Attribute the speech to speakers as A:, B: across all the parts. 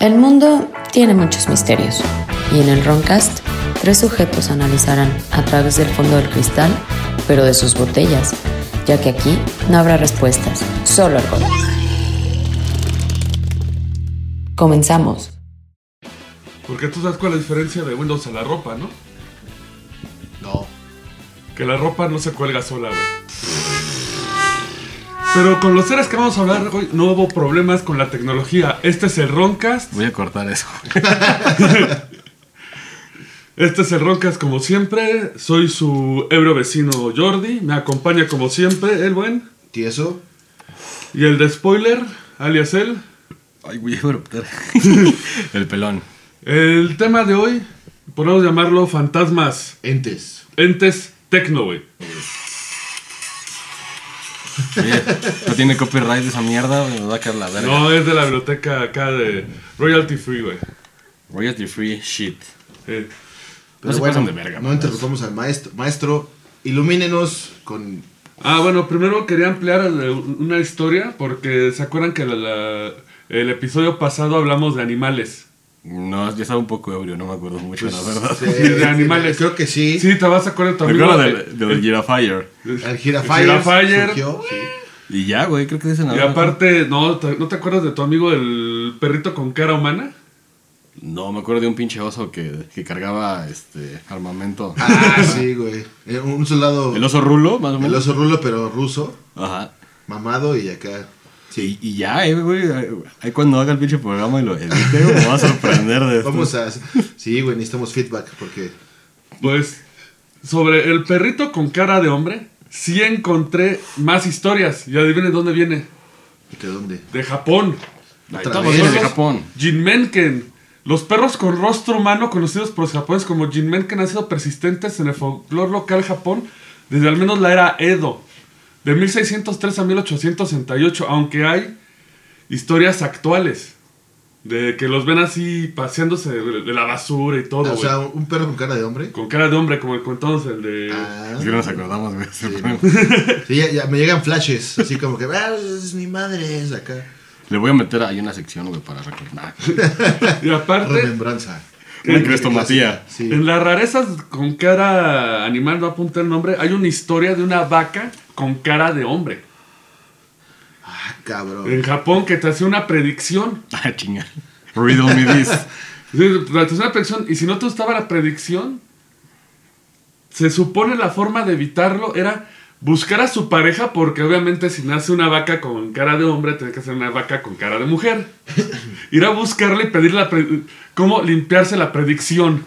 A: El mundo tiene muchos misterios y en el Roncast tres sujetos analizarán a través del fondo del cristal, pero de sus botellas, ya que aquí no habrá respuestas, solo algo. Comenzamos.
B: Porque tú sabes cuál es la diferencia de Windows a la ropa, ¿no?
C: No.
B: Que la ropa no se cuelga sola, güey. Pero con los seres que vamos a hablar hoy no hubo problemas con la tecnología. Este es el Roncast.
C: Voy a cortar eso.
B: Este es el Roncast como siempre. Soy su ebro vecino Jordi. Me acompaña como siempre el buen.
C: ¿Tieso?
B: Y el de spoiler, alias él.
C: Ay, voy a eruptar. El pelón.
B: El tema de hoy, podemos llamarlo fantasmas,
C: Entes.
B: entes, tecno, güey.
D: Oye, no tiene copyright esa mierda, me va a caer la verga.
B: No, es de la biblioteca acá de Royalty Free, güey.
D: Royalty free shit.
B: Sí.
C: Pero
D: se
C: bueno,
D: pasan de verga,
C: no
D: mames.
C: interrumpamos al maestro. Maestro, ilumínenos con...
B: Ah, bueno, primero quería ampliar el- una historia porque se acuerdan que la- la- el episodio pasado hablamos de animales.
D: No, yo estaba un poco ebrio, no me acuerdo mucho, la verdad.
C: pues, Sí,
B: de animales.
C: Creo que sí.
B: Sí, te vas a acordar de tu
D: Me
B: amigo.
D: acuerdo
C: eh,
D: del, del Girafire.
C: El
B: El
C: Girafire
B: Girafire.
C: surgió, sí.
D: Y ya, güey, creo que dicen
B: Y aparte, no, te- ¿no te acuerdas de tu amigo el perrito con cara humana?
D: No, me acuerdo de un pinche oso que, que cargaba este armamento.
C: Ah, sí, güey. Eh, Un soldado...
D: El oso rulo, más o
C: el
D: menos.
C: oso rulo, pero ruso.
D: Ajá.
C: Mamado y acá...
D: Sí, y ya, eh, güey. Ahí cuando haga el pinche programa y lo edite, güey, me va a sorprender de esto.
C: Vamos a... Sí, güey, necesitamos feedback porque...
B: Pues, sobre el perrito con cara de hombre, sí encontré más historias. Y adivinen dónde viene.
C: ¿De dónde?
B: De Japón.
D: Ahí
C: otra
D: estamos
C: vez.
D: solos de Japón.
B: Jinmenken. Los perros con rostro humano conocidos por los japoneses como Jinmenken han sido persistentes en el folclore local Japón desde al menos la era Edo, de 1603 a 1868, aunque hay historias actuales de que los ven así paseándose de, de la basura y
D: Oh,
B: todo,
C: o
B: güey.
C: sea, un perro con cara de hombre.
B: con cara de hombre como el contamos el de
C: Ah,
D: Es que no nos acordamos, güey. es el
C: Sí.
D: problema.
C: sí, ya, ya me llegan flashes, así como que, ah, es mi madre, es acá.
D: Le voy a meter ahí una sección, güey, para recordar.
B: y aparte
C: Remembranza.
D: Una crestomatía.
C: Sí.
B: En las rarezas con cara animal, no apunté el nombre, hay una historia de una vaca con cara de hombre.
C: Ah, cabrón.
B: En Japón que te hacía una predicción.
D: Ah, chinga. Riddle me this.
B: Sí, Te hacía una predicción y si no te gustaba la predicción, se supone la forma de evitarlo era buscar a su pareja porque obviamente si nace una vaca con cara de hombre, tiene que ser una vaca con cara de mujer. Ir a buscarla y pedirle la pre- cómo limpiarse la predicción.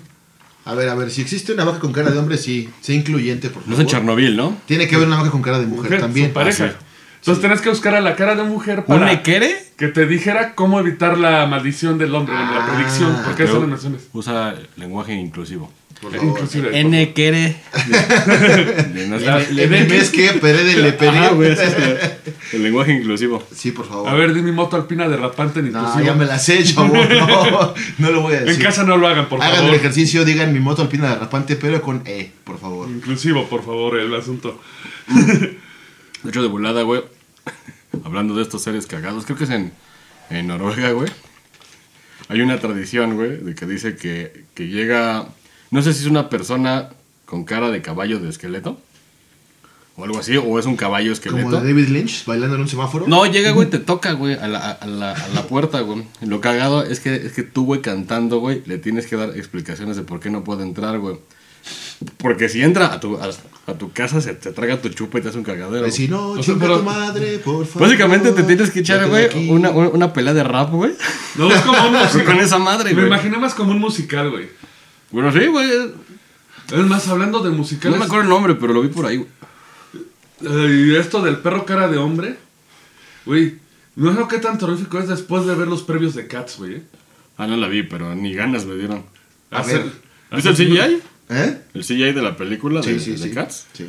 C: A ver, a ver, si existe una vaca con cara de hombre, sí. Sé incluyente, por
D: No es en
C: favor.
D: Chernobyl, ¿no?
C: Tiene que haber una vaca con cara de mujer,
B: Mujer,
C: también.
B: su pareja.
D: Ah, sí.
B: Entonces tenías que buscar a la cara de mujer
D: ¿Un
B: para...
D: nequere?
B: Que te dijera cómo evitar la maldición del hombre, bueno, la
C: Ah,
B: predicción, porque esas
D: Pero
B: son las naciones.
D: Usa lenguaje inclusivo.
C: Por favor.
B: Inclusive. por favor.
D: Nequere.
B: La-
C: Le es que pere le pedí.
D: El lenguaje inclusivo.
C: Sí, por favor.
B: A ver, di mi moto alpina derrapante en
C: No,
B: inclusivo.
C: ya me las he hecho, amor. No, no lo voy a
B: En
C: decir.
B: casa no lo hagan, por
C: Hagan el
B: favor.
C: ejercicio, digan mi moto alpina derrapante, pero con E, por favor.
B: Inclusivo, por favor, el asunto.
D: De hecho, de volada, güey. Hablando de estos seres cagados, creo que es en, en Noruega, güey. Hay una tradición, güey, de que dice que, que llega. No sé si es una persona con cara de caballo de esqueleto. O algo así, o es un caballo esqueleto.
C: Como de David Lynch bailando en un semáforo.
D: No, llega, güey, te toca, güey, a la, a la, a la puerta, güey. Lo cagado es que, es que tú, güey, cantando, güey, le tienes que dar explicaciones de por qué no puede entrar, güey. Porque si entra a tu, a, a tu casa, se te traga tu chupa y te hace un cagadero. güey.
C: Pues Si no,
B: O sea,
C: chinga
B: pero-
C: tu madre, por favor.
D: Básicamente te tienes que echar,
C: Vete de
D: güey,
C: aquí.
D: una, una, una pelea de rap, güey.
B: No, es como un musical.
D: Con esa madre,
B: Me
D: güey.
B: imaginé más como un musical, güey.
D: Bueno, sí, güey.
B: Es más, hablando de musicales.
D: No me acuerdo el nombre, pero lo vi por ahí, güey.
B: eh, Y esto del perro cara de hombre. Güey, no sé qué tan terrorífico es después de ver los previos de Cats, güey. eh.
D: Ah, no la vi, pero ni ganas me dieron.
C: A
B: Hacer-
C: ver.
D: ¿Viste el CGI?
C: ¿Eh?
D: ¿El CGI de la película
C: Sí,
D: de,
C: sí,
D: de
C: sí.
D: Cats?
C: Sí.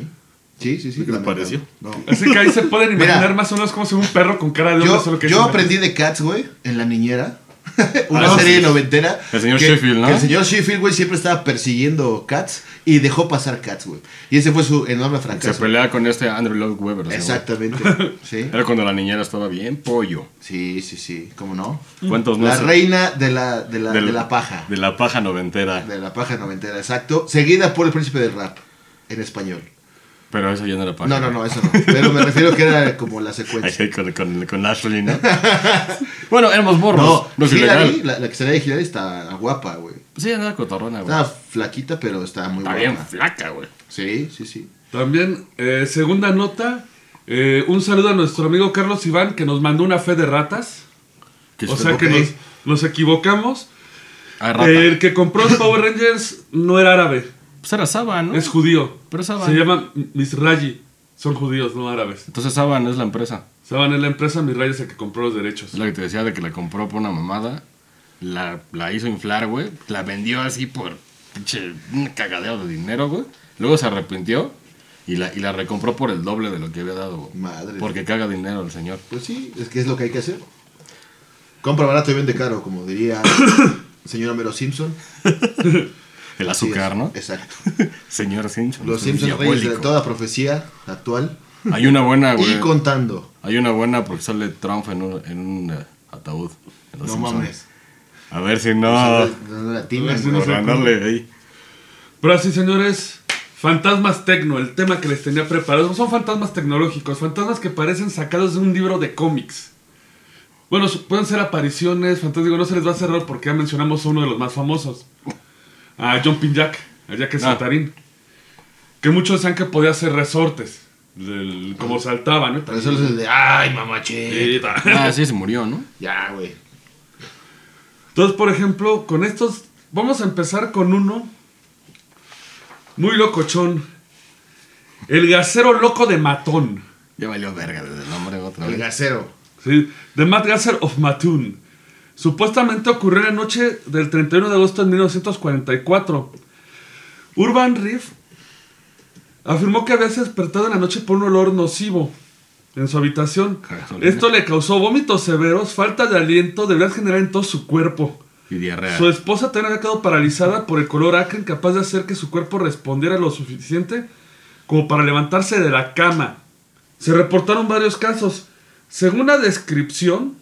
C: Sí, sí, sí.
D: ¿Qué te
C: lamentable.
D: pareció?
C: No.
B: Así que ahí se pueden
C: Mira.
B: imaginar más o menos como si un perro con cara de hombre.
C: Yo,
B: solo que
C: yo
B: es-
C: aprendí de Cats, güey, en la niñera. Una
D: Ah,
C: serie
D: sí.
C: noventera.
D: El señor
C: que-
D: Sheffield, ¿no?
C: que el señor Sheffield, güey, siempre estaba persiguiendo Cats y dejó pasar Cats, güey. Y ese fue su enorme
D: Se
C: fracaso.
D: pelea con este Andrew Lloyd Webber. o sea,
C: Exactamente. Sí.
D: güey. Era cuando la niñera estaba bien pollo.
C: Sí, sí, sí. ¿Cómo no?
D: ¿Cuántos no
C: La
D: se-
C: reina de la, de la,
D: del-
C: de la paja.
D: De la paja noventera.
C: De la paja noventera, exacto. Seguida por el príncipe del rap en español.
D: Pero eso ya no era paja.
C: No, no, no, eso no. Pero me refiero que era como la
D: Ahí
C: secuencia.
D: sí, con, con, con Ashley, ¿no? bueno, éramos morros.
C: No,
D: No, es
C: Hillary,
D: ilegal.
C: la, la que salía de Hillary está guapa, güey.
D: Sí, andaba cotorrona, güey.
C: Está flaquita, pero está muy
D: Está
C: guapa.
D: bien flaca, güey.
C: Sí, sí, sí.
B: También, eh, segunda nota, eh, un saludo a nuestro amigo Carlos Iván que nos mandó una fe de ratas.
D: Que
B: O
D: se-
B: sea que
C: ok.
B: nos, nos equivocamos.
D: Ah, rata.
B: El que compró los Power Rangers no era árabe,
D: Pues era Saba, ¿no?
B: es judío.
D: Pero Saban.
B: Se llama Misraji. Son judíos, no árabes.
D: Entonces Saban es la empresa.
B: Saban es la empresa, Misraji es el que compró los derechos.
D: Es la que te decía de que la compró por una mamada. La, la hizo inflar, güey. La vendió así por pinche un cagadero de dinero, güey. Luego se arrepintió y la, y la recompró por el doble de lo que había dado, güey.
C: Madre.
D: Porque caga dinero el señor.
C: Pues sí, es que es lo que hay que hacer. Compra barato y vende caro, como diría señora Mero Simpson.
D: El
C: Sí,
D: azúcar,
C: es-
D: ¿no?
C: Exacto.
D: Señor Simpson.
C: Los
D: es
C: Simpsons reyes de
D: diabólico.
C: toda profecía actual.
D: Hay una buena,
C: Y
D: Ah, güey.
C: contando.
D: Hay una buena porque sale Trump en un, en un eh, ataúd. en Los
C: No
D: Simpson. Ah.
C: mames.
D: A ver si no.
C: No, no la atinan,
B: A ver si
C: güey.
D: Por andarle ahí.
B: Pero así, señores, fantasmas tecno, el tema que les tenía preparado. Son fantasmas tecnológicos, fantasmas que parecen sacados de un libro de cómics. Bueno, su- pueden ser apariciones, fantasmas, digo, no se les va a cerrar porque ya mencionamos a uno de los más famosos. A Jumping Jack, a Jack el
D: Ah.
B: Saltarín. Que muchos decían que podía hacer resortes, del- como saltaba, ¿no?
C: Pero eso es el de, ay, mamache.
D: Ah, sí, se murió, ¿no?
C: Ya, güey.
B: Entonces, por ejemplo, con estos, vamos a empezar con uno muy locochón. El gasero loco de Matón.
D: Ya valió verga desde el nombre otra
C: El
D: vez.
C: gasero.
B: ¿sí? The Mad Gasser of Matún. Supuestamente ocurrió la noche del 31 de agosto de 1944. Urban Reef afirmó que había despertado en la noche por un olor nocivo en su habitación.
D: Gasolina.
B: Esto le causó vómitos severos, falta de aliento, debilidad general en todo su cuerpo.
D: Y diarrea.
B: Su esposa también había quedado paralizada por el color acre, incapaz de hacer que su cuerpo respondiera lo suficiente como para levantarse de la cama. Se reportaron varios casos. Según la descripción,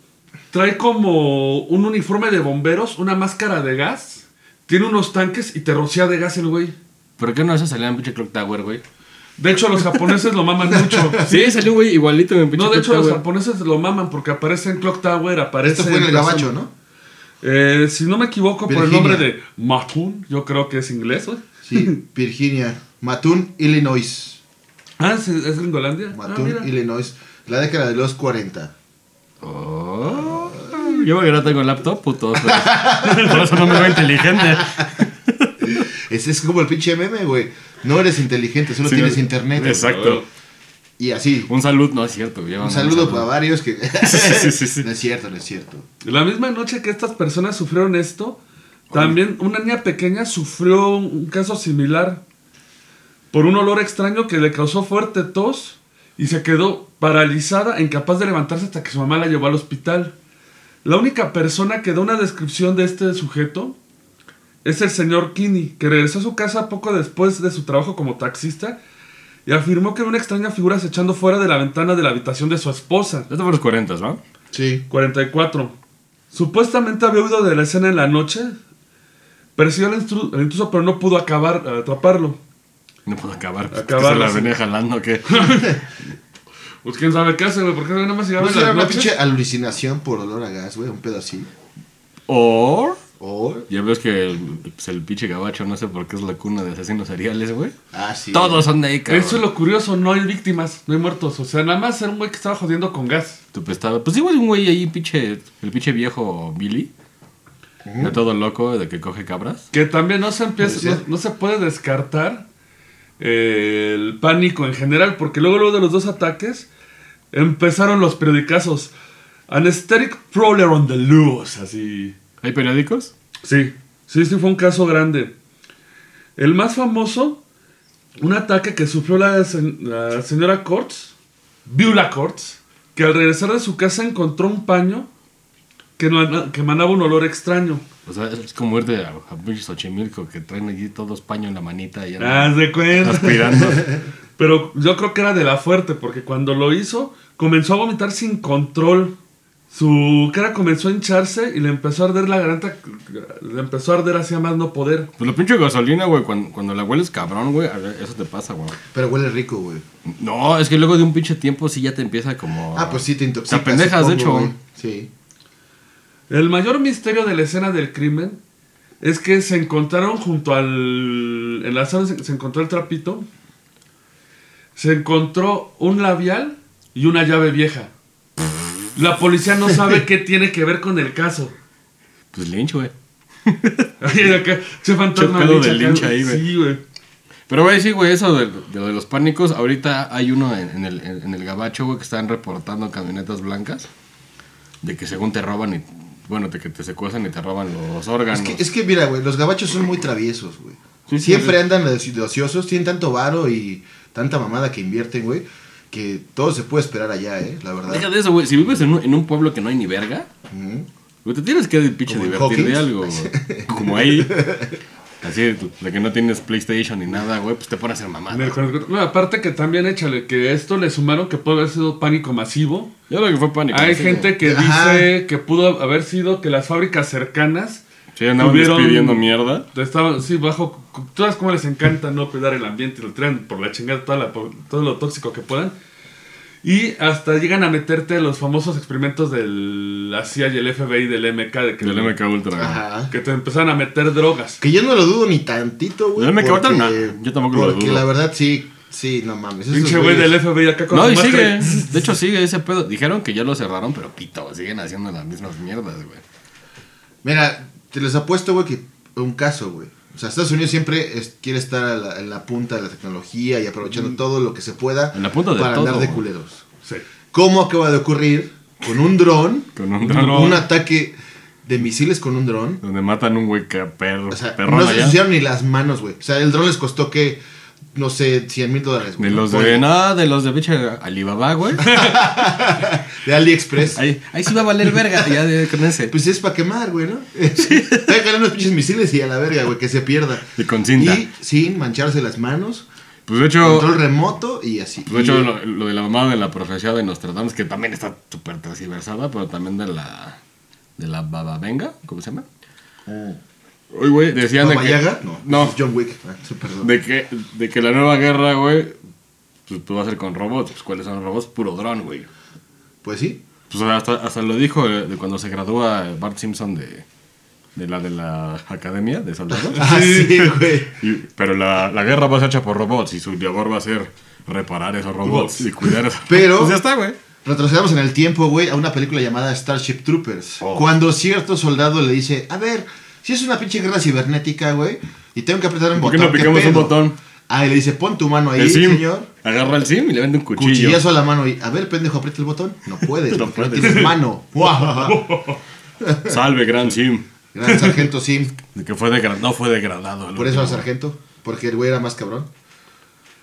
B: trae como un uniforme de bomberos, una máscara de gas, tiene unos tanques y te rocía de gas el güey.
D: ¿Por qué no se salía en pinche Clock Tower, güey?
B: De hecho, los japoneses lo maman mucho.
C: Ah,
D: Sí, salió, güey, igualito en pinche
B: No, de
D: Clock
B: hecho, los
D: Tower.
B: japoneses lo maman porque aparece en Clock Tower, aparece
C: Esto Este fue en el
B: Plaza-
C: gabacho, ¿no?
B: Eh, si no me equivoco, por el
C: Virginia.
B: nombre de Matun, yo creo que es inglés, güey.
C: Sí, Virginia. Matún, Illinois.
B: Ah, ¿es, es Gringolandia? Ah,
C: Matún,
B: mira.
C: Illinois. La década de los 40.
D: Oh, yo porque no tengo laptop, puto. pero- Por eso no me veo inteligente.
C: Ese es como el pinche meme, güey. No eres inteligente, solo
D: Sí,
C: tienes
D: no-
C: internet. güey.
D: Exacto.
C: Y así.
D: Un saludo, no es cierto. ya
C: Un
D: vamos,
C: saludo para varios que.
D: Sí, sí, sí.
C: No es cierto, no es cierto.
B: La misma noche que estas personas sufrieron esto, también una niña pequeña sufrió un un caso similar por un olor extraño que le causó fuerte tos y se quedó paralizada, incapaz de levantarse hasta que su mamá la llevó al hospital. La única persona que da una descripción de este sujeto es el señor Kinney, que regresó a su casa poco después de su trabajo como taxista y afirmó que una extraña figura se echando fuera de la ventana de la habitación de su esposa.
D: Esto fue los 40, ¿no?
C: Sí.
B: 44. Supuestamente había huido de la escena en la noche. Persiguió al intru- al intruso, pero no pudo acabar, atraparlo.
D: No puedo acabar. pues,
B: Acabar,
D: que se la
B: sí.
D: venía jalando, ¿qué?
B: Pues quién sabe qué hace, güey, porque nada más llegaba
C: No
B: en
C: será
B: las
C: Pues, una
B: noches.
C: pinche alucinación por olor a gas, güey, un pedo así.
D: O.
C: O.
D: Ya ves que el, pues, el pinche gabacho, no sé por qué es la cuna de asesinos seriales, güey.
C: Ah, sí.
D: Todos son de ahí, cabrón.
B: Eso es lo curioso, no hay víctimas, no hay muertos. O sea, nada más era un güey que estaba jodiendo con gas.
D: Tu pestada. Pues igual un güey ahí, pinche. El pinche viejo Billy. De todo loco, de que coge cabras.
B: Que también no se empieza,
C: Puede
B: no,
C: ser.
B: no se puede descartar eh, el pánico en general, porque luego, luego de los dos ataques empezaron los periodicazos. Anesthetic Prowler on the Loose, así.
D: ¿Hay periódicos?
B: Sí, sí, sí, fue un caso grande. El más famoso, un ataque que sufrió la, se- la señora Cortz, Viola Cortz, que al regresar de su casa encontró un paño que que, no- que emanaba un olor extraño.
D: O sea, es como irte a, a pinches Xochimilco que traen allí todos paño en la manita y andan
B: Haz de cuenta.
D: aspirando.
B: Pero yo creo que era de la fuerte, porque cuando lo hizo, comenzó a vomitar sin control. Su cara comenzó a hincharse y le empezó a arder la garganta. Le empezó a arder hacia más no poder.
D: Pues lo pinche gasolina, güey, cuando, cuando la hueles cabrón, güey, a ver, eso te pasa, güey.
C: Pero huele rico, güey.
D: No, es que luego de un pinche tiempo sí ya te empieza como...
C: Ah, pues sí, te intoxicas.
D: Te pendejas, de hecho.
C: supongo, güey. Sí.
B: El mayor misterio de la escena del crimen es que se encontraron junto al. En la sala se, se encontró el trapito. Se encontró un labial y una llave vieja. La policía no sabe qué tiene que ver con el caso.
D: Pues Lynch, güey.
B: Ay, acá, che fantasma
D: Che pedo
B: Lynch
D: de
B: acá,
D: Lynch
B: güey.
D: ahí, güey.
B: Sí, güey.
D: Pero güey, sí, güey, eso de, de lo de los pánicos. Ahorita hay uno en, en el, en, en el gabacho, güey, que están reportando camionetas blancas. De que según te roban y... Bueno, de que te secuestran y te roban los órganos.
C: Es que, es que mira, güey, los gabachos son muy traviesos, güey.
D: Sí, sí,
C: Siempre
D: sí.
C: andan de de ociosos, tienen tanto varo y tanta mamada que invierten, güey, que todo se puede esperar allá, eh, la verdad.
D: Deja de eso, güey. Si vives en un, en un pueblo que no hay ni verga,
C: Ujú.
D: güey, te tienes que pinche
C: Como en
D: divertir de
C: Hawkins.
D: algo, güey. Como ahí. Así, de que no tienes PlayStation ni nada, güey, pues te pones a hacer mamada.
B: En el cuarenta- No, aparte que también échale que esto le sumaron que puede haber sido pánico masivo.
D: Yo lo que fue pánico.
B: Hay
D: sí,
B: gente
D: güey.
B: que
C: Ajá.
B: dice que pudo haber sido que las fábricas cercanas
D: Sí, andaban
B: tuvieron-
D: despidiendo mierda.
B: estaban, sí, bajo. Tú sabes cómo les encanta no cuidar el ambiente, lo tiran por la chingada toda la- por todo lo tóxico que puedan. Y hasta llegan a meterte los famosos experimentos del la CIA y el FBI del MK. De que,
D: Del MK Ultra. güey.
C: Ajá.
B: Que te empezaron a meter drogas.
C: Que yo no lo dudo ni tantito, güey.
D: Yo me quedo
C: porque-
D: tan mal. Yo tampoco lo
C: Porque
D: dudo.
C: la verdad sí, sí, no mames. esos
B: Pinche güey
C: güeyes-
B: del FBI acá con
D: No,
B: su
D: y sigue.
B: máscara.
D: De hecho, sigue ese pedo. Dijeron que ya lo cerraron, pero pito, siguen haciendo las mismas mierdas, güey.
C: Mira, te les apuesto, güey, que un caso, güey. O sea, Estados Unidos siempre es- quiere estar a la- en la punta de la tecnología y aprovechando todo lo que se pueda
D: Mm. En la punta de
C: para
D: todo,
C: andar de
D: güey.
C: culeros.
B: Sí.
C: ¿Cómo acaba de ocurrir con un dron?
D: Con un
B: No.
C: Un ataque de misiles con un dron.
D: Donde matan un güey que a perro.
C: O sea,
D: perrón
C: no se
D: allá.
C: ensuciaron ni las manos, güey. O sea, el dron les costó que, no sé, 100 mil dólares.
D: De
C: güey.
D: los de. No, de los de pinche Alibaba, güey.
C: De AliExpress.
D: Ahí, ahí sí va a valer verga, ya de, con ese.
C: Pues es para quemar, güey, ¿no? Déjale unos pinches misiles y a la verga, güey, que se pierda.
D: Y con cinta.
C: Y sin mancharse las manos,
D: Pues de hecho,
C: control remoto y así.
D: pues de hecho
C: Y-
D: lo, lo de la mamada de la profecía de Nostradamus, que también está súper transversada, pero también de la. de la Babavenga, ¿cómo se llama? Uy, güey, decían de
C: Oh. ¿Baba
D: que.
C: Yaga? No.
D: no,
C: John Wick. Ah, sí, perdón.
D: de que, de que la nueva guerra, güey, pues, pues, va a ser con robots. Pues, ¿cuáles son los robots? Puro dron, güey.
C: Pues sí.
D: Pues hasta, hasta lo dijo eh, de cuando se gradúa Bart Simpson de, de la de la academia de soldados.
C: Ah, sí, güey.
D: Y- pero la, la guerra va a ser hecha por robots y su labor va a ser reparar esos robots y cuidar esos
C: Pero-
D: Pues ya está, güey.
C: Retrocedamos en el tiempo, güey, a una película llamada Starship Troopers.
D: Oh.
C: Cuando cierto soldado le dice, a ver, si es una pinche guerra cibernética, güey, y tengo que apretar un
D: ¿Por qué
C: botón.
D: no picamos
C: pedo?"
D: un botón?
C: Ah, y le dice, pon tu mano ahí,
D: el sim.
C: señor.
D: Agarra el sim y le vende un cuchillo.
C: Cuchillazo a la mano y, a ver, pendejo, aprieta el botón. No puedes,
D: No
C: porque no
D: puedes.
C: tienes mano. Guau.
D: Salve, gran sim.
C: Gran sargento Sim.
D: De que fue degra- no fue degradado. el
C: Por eso era
D: último.
C: sargento, porque el güey era más cabrón.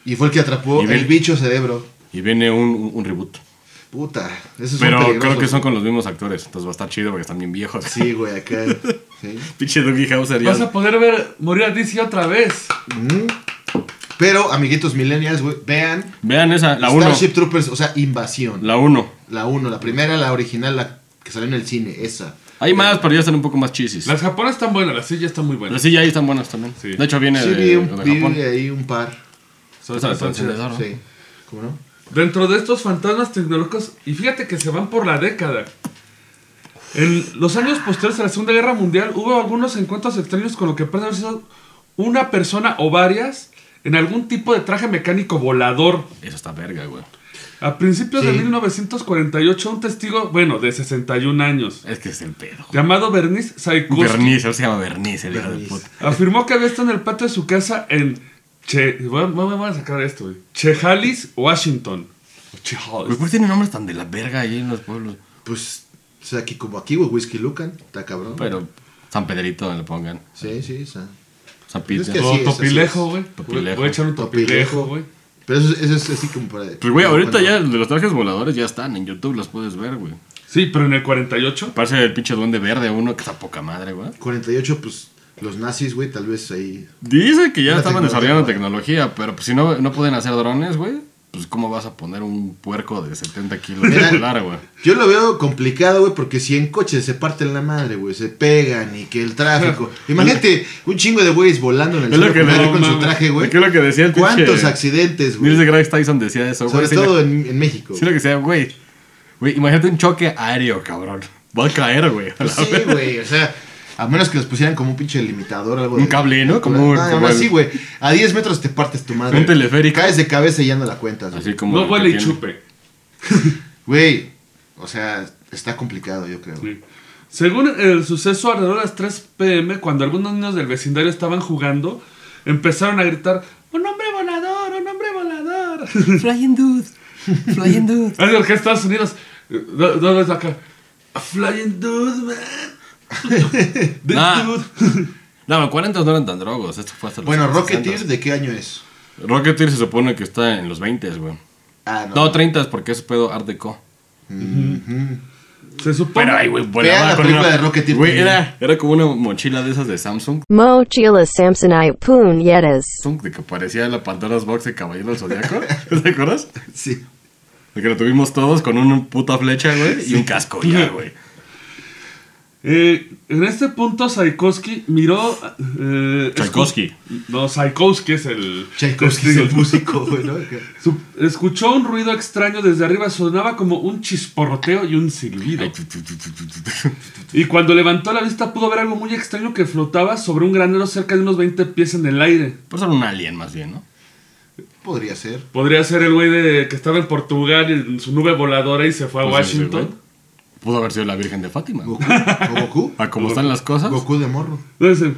C: Y fue el que atrapó
D: Y
C: el
D: ven-
C: bicho cerebro.
D: Y viene un, un, un reboot.
C: Puta, esos son
D: Pero creo
C: peligrosos.
D: que son con los mismos actores. Entonces va a estar chido porque están bien viejos.
C: Sí, güey, acá. sí.
D: Pinche Dougie Hauser ya.
B: Vas a poder ver morir a DC otra vez.
C: Mm. Pero, amiguitos millennials, güey, vean
D: Vean esa, la 1.
C: Starship Troopers, o sea, Invasión.
D: La 1.
C: La 1, la primera, la original, la que salió en el cine, esa.
D: Hay más, pero ya están un poco más chisis.
B: Las japonas están buenas, las sillas están muy
D: Pero
B: buenas.
D: sí, ya ahí están buenas también.
B: Sí.
D: De hecho, viene
C: Sí,
D: de,
C: vi, un-
D: de
C: vi
D: Japón.
C: ahí un par.
D: Solo esa de Panzer de Zorro.
C: Sí. ¿Cómo no?
B: Dentro de estos fantasmas tecnológicos, y fíjate que se van por la década. En los años posteriores a la Segunda Guerra Mundial hubo algunos encuentros extraños con lo que parece haber sido una persona o varias en algún tipo de traje mecánico volador.
D: Eso está verga, güey.
B: A principios de
C: Sí.
B: 1948, un testigo, bueno, de 61 años,
D: Es que es el pedo.
B: llamado Bernice Saikoski,
D: Bernice, él se llama Bernice, el hijo de
C: Bernice.
D: puta.
B: Afirmó que había estado en el patio de su casa en Che. Voy a, voy a sacar esto, güey. Chehalis, Washington.
D: Güey,
B: Chehalis.
D: ¿por qué tienen Pues, nombres tan de la verga ahí en los pueblos?
C: Pues, o sea, aquí como aquí, güey, Whiskey Lucan, está cabrón.
D: Pero San Pedrito le pongan.
C: Sí, sí, esa. Pues
D: San Pedro.
C: es que así es, así
B: Topilejo,
C: es.
B: güey.
D: Topilejo.
B: Voy a echar un topilejo,
C: Topilejo.
B: güey.
C: Pero eso, eso es así como para.
D: Pues, güey, ahorita
C: bueno,
D: ya de los trajes voladores ya están. En YouTube los puedes ver, güey.
B: Sí, pero en el 48.
D: Parece el pinche duende verde uno que está poca madre, güey.
C: 48, pues los nazis, güey, tal vez ahí.
D: Dice que ya
C: Una tecnología,
D: estaban desarrollando
C: güey.
D: tecnología, pero pues si no, no pueden hacer drones, güey, pues cómo vas a poner un puerco de 70 kilos de
C: Mira.
D: volar, güey.
C: Yo lo veo complicado, güey, porque si en coches se parten la madre, güey, se pegan y que el tráfico. Imagínate un chingo de güeyes volando en el
D: Es lo
C: cielo
D: que
C: con,
D: no,
C: él con su
B: mames.
C: traje, güey.
D: ¿Qué es lo que decía el pinche-
C: ¿Cuántos accidentes,
D: Neil
C: güey?
D: deGrasse Tyson decía eso, güey.
C: Sobre
D: Sí,
C: todo
D: lo-
C: en, en México.
D: sí lo que sea, güey. Güey, imagínate un choque aéreo, cabrón. Va a caer, güey. a
C: Pues
D: la
C: sí, güey, o sea, a menos que los pusieran como un pinche limitador o algo.
D: Un
C: de-
D: cable, ¿no? Como un-
C: Ah,
D: como
C: no,
D: el-
C: sí, güey. A 10 metros te partes tu madre.
D: Un teleférico.
C: Caes de cabeza y ya no la cuentas, güey.
D: Así como.
B: No
D: el que
B: huele y
D: tiene.
B: chupe.
C: Güey, o sea, está complicado, yo creo.
B: Sí. Según el suceso, alrededor de las 3 pm, cuando algunos niños del vecindario estaban jugando, empezaron a gritar: ¡Un hombre volador! ¡Un hombre volador!
E: Flying Dude. Flying Dude.
B: Así porque Estados Unidos. eh, do- ¿Dónde está acá? "A Flying dude, man. The
D: Ah.
B: dude.
D: No, los 40 no eran tan drogos. Esto fue hasta los
C: Bueno,
D: 60.
C: Rocketeer, ¿de qué año es?
D: Rocketeer se supone que está en los 20, güey.
C: Ah, no.
D: No, 30 porque es pedo Art Deco.
B: Se supone.
D: Pero ay, güey,
C: Vean
D: volaba
C: la
D: con
C: película
D: una-
C: de Rocketeer
D: Güey,
C: también.
D: era, era como una mochila de esas de Samsung.
F: Mochila Samsonite Poon Yetas.
D: Samsung, de que parecía la Pandora's Box de Caballero del Zodiaco. ¿Te acuerdas?
C: Sí.
D: De que lo tuvimos todos con una puta flecha, güey, y un casco ya, güey.
B: Eh, en este punto, Saikowski miró. eh,
D: Tchaikovsky.
B: escu- No, Saikowski es el.
D: Este
C: Tchaikovsky es el músico, güey, ¿no?
B: Su- Escuchó un ruido extraño desde arriba, sonaba como un chisporroteo y un silbido.
D: Ay, tu, tu, tu, tu, tu, tu.
B: Y cuando levantó la vista pudo ver algo muy extraño que flotaba sobre un granero cerca de unos 20 pies en el aire.
D: Pues era un alien más bien, ¿no?
C: Podría ser.
B: Podría ser el güey de- que estaba en Portugal en su nube voladora y se fue a
D: Pues ese
B: Washington.
D: güey. Pudo haber sido la Virgen de Fátima.
C: Goku. ¿O Goku?
D: A Ah, como están las cosas.
C: Goku de morro.
B: Entonces,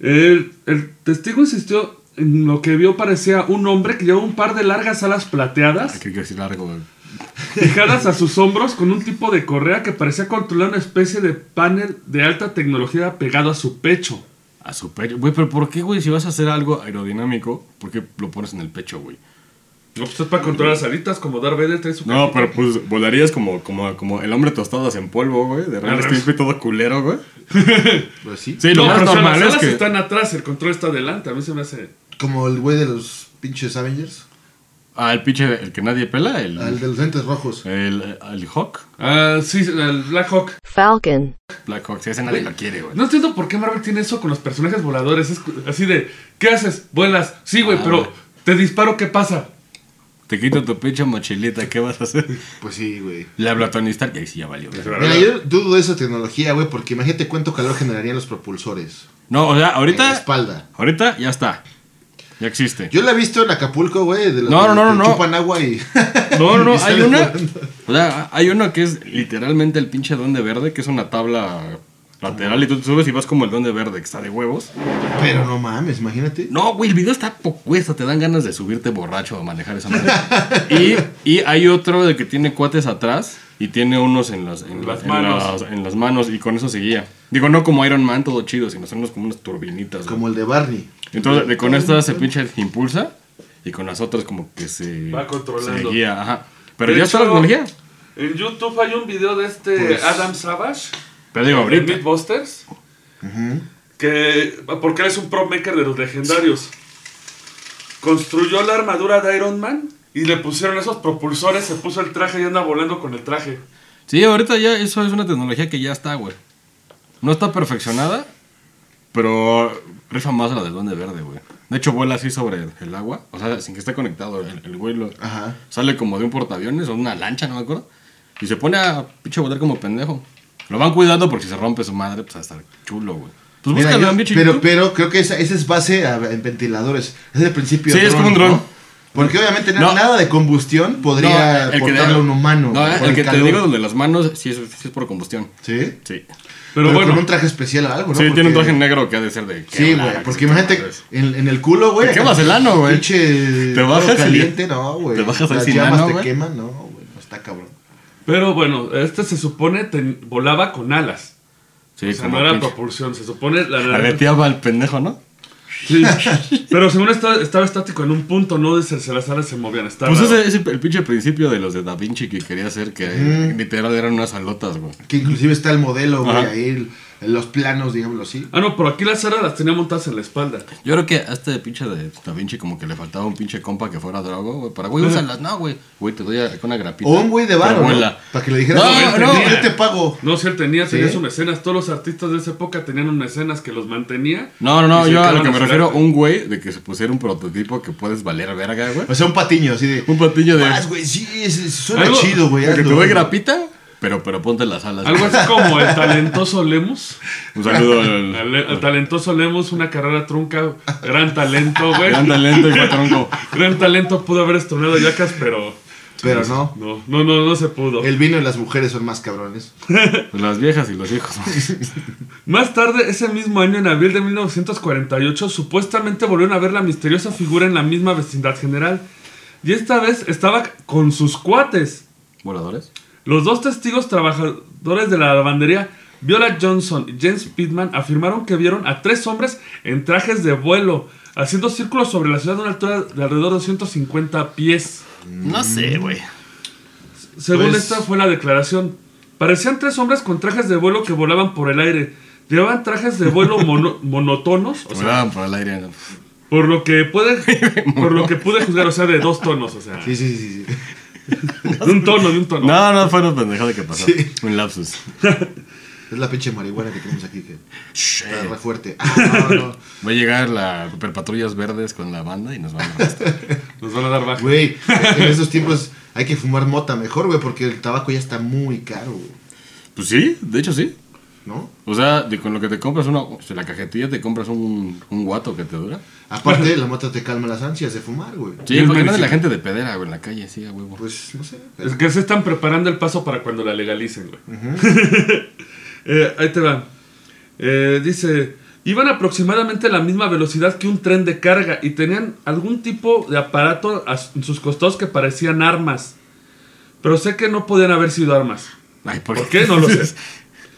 B: el, el testigo insistió en lo que vio parecía un hombre que llevaba un par de largas alas plateadas
D: Hay que decir largo, güey.
B: fijadas a sus hombros con un tipo de correa que parecía controlar una especie de panel de alta tecnología pegado a su pecho.
D: A su pecho. Güey, pero ¿por qué, güey? Si vas a hacer algo aerodinámico, ¿por qué lo pones en el pecho, güey?
B: No, pues es para controlar las alitas, como Darth Vader trae su
D: No, pero pues volarías como, como, como el hombre tostado en polvo, güey. De
B: Al
D: Real
B: revés.
D: Stimpy todo culero, güey.
C: Pues sí.
D: Sí, lo
B: No,
D: más
B: pero, o sea,
D: normal
B: las
D: es
B: alas
D: que.
B: están atrás, el control está adelante. A mí se me hace.
C: Como el güey de los pinches Avengers.
D: Ah, el pinche, el que nadie pela, el.
C: El
D: El,
C: de los lentes rojos.
D: el, Hawk.
B: Ah, sí, el Black Hawk.
F: Falcon.
D: Black Hawk, sí, ese nadie lo quiere, güey.
B: No entiendo por qué Marvel tiene eso con los personajes voladores. Es cu- así de, ¿qué haces? Vuelas. Sí, güey,
D: Ah,
B: pero
D: güey.
B: te disparo, ¿qué pasa?
D: Te quito tu pinche mochilita, ¿qué vas a hacer?
C: Pues sí, güey.
D: Le habla a Tony Stark y ahí sí ya valió. güey.
C: Mira, yo dudo de esa tecnología, güey, porque imagínate cuánto calor generarían los propulsores.
D: No, o sea,
C: En la
D: ahorita.
C: espalda.
D: Ahorita ya está. Ya existe.
C: Yo la he visto en Acapulco, güey, de los
D: No, no, no,
C: que
D: no, no.
C: chupan agua y...
D: No, no,
C: y
D: no, hay
C: salen
D: una.
C: volando.
D: O sea, hay una que es literalmente el pinche duende verde, que es una tabla lateral y tú te subes y vas como el duende verde, que está de huevos.
C: Pero no mames, imagínate.
D: No, güey, el video está poco eso, te dan ganas de subirte borracho a manejar esa madre. y, y hay otro de que tiene cuates atrás y tiene unos en las, en
B: Las
D: en
B: manos.
D: las- en las manos y con eso seguía. Digo, no como Iron Man, todo chido, sino son unos- como unas turbinitas. güey.
C: Como el de Barney.
D: Entonces, de- con esta se pinche impulsa y con las otras como que se...
B: Va controlando.
D: se guía, ajá. Pero
B: De
D: ya está la
B: hecho,
D: tecnología.
B: En YouTube hay un video de este
C: Pues-
B: Adam Savage,
D: Pero digo,
B: de
D: ahorita.
B: Mythbusters, que, porque él es un prop maker de los legendarios. Construyó la armadura de Iron Man y le pusieron esos propulsores, se puso el traje y anda volando con el traje.
D: Sí, ahorita ya eso es una tecnología que ya está, güey. No está perfeccionada, pero rifa más la del Duende Verde, güey. De hecho, vuela así sobre el agua, o sea, sin que esté conectado. El, el güey lo-
C: Ajá.
D: sale como de un portaaviones o una lancha, no me acuerdo. Y se pone a pinche volar como pendejo. Lo van cuidando porque si se rompe su madre, pues va a estar chulo, güey. Pues
C: Mira,
D: búscalo
C: yo-
D: en bicho
C: pero,
D: YouTube.
C: pero creo que esa, esa es base a, en ventiladores. Es el principio.
D: Sí, es como un dron.
C: ¿no? Porque obviamente na-
D: No.
C: nada de combustión podría
D: No, el que te-
C: portarlo a un humano.
D: No,
C: por
D: el, que
C: calor.
D: te digo donde las manos sí es, sí es por combustión.
C: Sí.
D: Sí.
B: Pero, bueno,
C: con un traje especial o algo, ¿no?
D: sí, tiene un
C: Porque-
D: traje negro que ha de ser de.
C: Sí,
D: quebrar,
C: güey. Porque
D: etcétera,
C: imagínate
D: madres.
C: en, en el culo, güey.
D: Te quemas el ano, güey.
C: Pinche.
D: Te bajas
C: palo
D: y-
C: caliente, no, güey.
D: te bajas ahí
C: Las
D: sin
C: llamas
D: ano,
C: te
D: güey.
C: queman, no, güey. No está cabrón.
B: pero bueno, este se supone ten- volaba con alas.
D: Sí,
B: O sea,
D: como
B: no era
D: pinche-
B: propulsión, se supone la
D: Aleteaba al pendejo, ¿no?
B: Sí. Pero según esta- estaba estático en un punto, no dice, se las alas se movían. Está
D: Pues
B: raro.
D: ese es el pinche principio de los de Da Vinci que quería hacer, que eh, literal eran unas alotas, güey.
C: Que inclusive está el modelo, güey,
D: Ajá.
C: ahí, el- los planos, digámoslo así.
B: Ah, no, pero aquí las alas las tenía montadas en la espalda.
D: Yo creo que a este pinche de Da Vinci como que le faltaba un pinche compa que fuera Drago, güey. Para, güey, úsalas. No, güey. Güey, te doy acá una grapita.
C: O un güey de
D: Pero
C: varo, ¿no?
D: vuela.
C: Para que le dijeras,
D: No,
C: "Güey,
D: Ah, no.
C: yo te pago.
B: No, si él tenía,
C: ¿Sí?
B: tenía sus mecenas. Todos los artistas de esa época tenían un mecenas que los mantenía.
D: No, no, no,
B: Y se
D: yo a lo
B: dedicaban
D: que
B: a
D: me
B: hacer
D: refiero,
B: arte.
D: un güey de que se pusiera un prototipo que puedes valer verga, güey.
C: O sea, un patiño así de.
D: Un patillo de...
C: Pues, "Vas, güey, sí, es- es- suena
B: Algo-
C: chido, güey.
D: de que
C: hazlo,
D: te doy
C: güey".
D: grapita, pero, pero ponte las alas.
B: Algo
D: güey.
B: así como el talentoso Lemus.
D: Un saludo al...
B: Al, al talentoso Lemus, una carrera trunca. Gran talento, güey.
D: Gran talento y patronco.
B: Gran talento pudo haber estrenado Yacas, pero.
C: Pero no.
B: No, no, no, no se pudo.
C: El vino y las mujeres son más cabrones.
D: Las viejas y los hijos.
B: Más tarde, ese mismo año, en abril de 1948, supuestamente volvieron a ver la misteriosa figura en la misma vecindad general. Y esta vez estaba con sus cuates.
D: ¿Voladores?
B: Los dos testigos trabajadores de la lavandería, Viola Johnson y James Pittman, afirmaron que vieron a tres hombres en trajes de vuelo, haciendo círculos sobre la ciudad a una altura de alrededor de 150 pies.
D: No sé, güey.
B: Según
C: Pues-
B: esta fue la declaración. Parecían tres hombres con trajes de vuelo que volaban por el aire. Llevaban trajes de vuelo mono- monotonos, o
D: O
B: sea,
D: por el aire. ¿no?
B: por lo que pude, por lo que pude juzgar, o sea, de dos tonos, o sea,
C: Sí, sí, sí. sí.
B: de un tono, de un tono.
D: No, no, fue una pendejada que pasó.
C: Sí.
D: Un lapsus.
C: Es la pinche marihuana que tenemos aquí
D: Eh.
C: que está re fuerte. Ah, no, no.
D: Va a llegar la Patrullas Verdes con la banda y nos van a arrestar.
B: Nos van a dar baja.
C: Güey, en esos tiempos hay que fumar mota mejor, güey, porque el tabaco ya está muy caro, güey.
D: Pues sí, de hecho sí.
C: ¿No?
D: O sea, de- con lo que te compras una. o sea, la cajetilla te compras un, un guato que te dura.
C: Aparte, la mota te calma las ansias de fumar, güey.
D: Sí,
B: Bien
D: porque
B: merecido.
D: no de la gente de pedera, güey, en la calle, sí, a huevo.
C: Pues, no sé. pero-
B: Es que se están preparando el paso para cuando la legalicen, güey. Eh, ahí te va. Eh, dice, iban aproximadamente a la misma velocidad que un tren de carga y tenían algún tipo de aparato a su- en sus costados que parecían armas. Pero sé que no podían haber sido armas.
D: Ay,
B: ¿Por qué? No lo sé.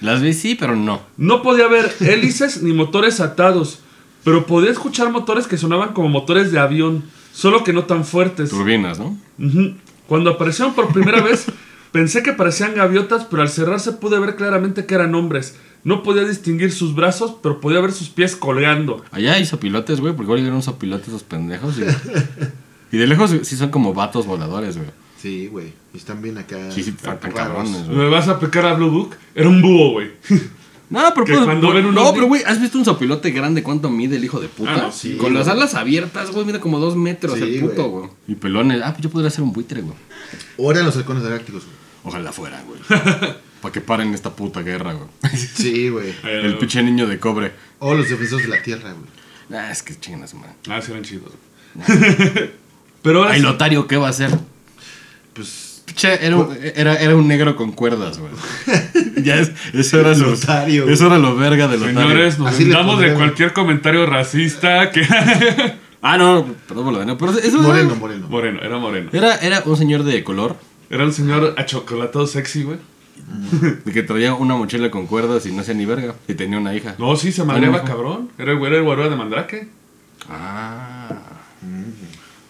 D: Las vi, sí, pero no.
B: No podía haber hélices ni motores atados, pero podía escuchar motores que sonaban como motores de avión, solo que no tan fuertes.
D: Turbinas, ¿no?
B: Ujú. Cuando aparecieron por primera vez, pensé que parecían gaviotas, pero al cerrarse pude ver claramente que eran hombres. No podía distinguir sus brazos, pero podía ver sus pies colgando.
D: Allá hay sopilotes, güey, porque igual llegaron sopilotes esos pendejos. Y, y de lejos sí son como vatos voladores, güey.
C: Sí, güey. Están bien acá.
D: Sí, sí, están tan
C: raros.
D: cabrones, güey.
B: ¿Me vas a pecar a Blue Book? Era un búho, güey.
D: No, pero
B: Que
D: pues,
B: cuando
D: güey,
B: ven un
D: No,
B: ovni-
D: pero güey, ¿has visto un sopilote grande cuánto mide el hijo de puta?
B: Ah, no,
C: sí,
D: Con las
C: güey.
D: alas abiertas, güey, mide como dos metros
C: Sí,
D: el puto,
C: güey.
D: güey. Y pelones. Ah, pues yo podría ser un buitre, güey.
C: Ahora los halcones galácticos, güey.
D: Ojalá fuera, güey. Para que paren esta puta guerra, güey.
C: Sí, güey.
D: El pinche niño de cobre.
C: O los defensores de la tierra, güey.
D: Ah, es que chingas, man.
B: Ah, sí eran chidos. pero ahora
D: Ay,
B: sí,
D: Lotario, ¿qué va a hacer?
C: Pues.
D: Pinche, era, un- era, era un negro con cuerdas, güey. ya es, eso era lo,
C: Lotario, güey.
D: Eso era lo verga de Lotario.
B: señores, nos
C: Así le
B: blindamos de
C: pondremos.
B: cualquier comentario racista que...
D: Ah, no, perdón por lo de no, pero eso
C: Moreno,
D: era,
C: moreno.
B: moreno, era moreno.
D: era, era un señor de color
B: Era un señor achocolatado sexy, güey.
D: de que traía una mochila con cuerdas y no hacía ni verga. Y tenía una hija.
B: No, sí, se madreaba cabrón. Era el güey era el guarura de Mandrake.
D: Ah.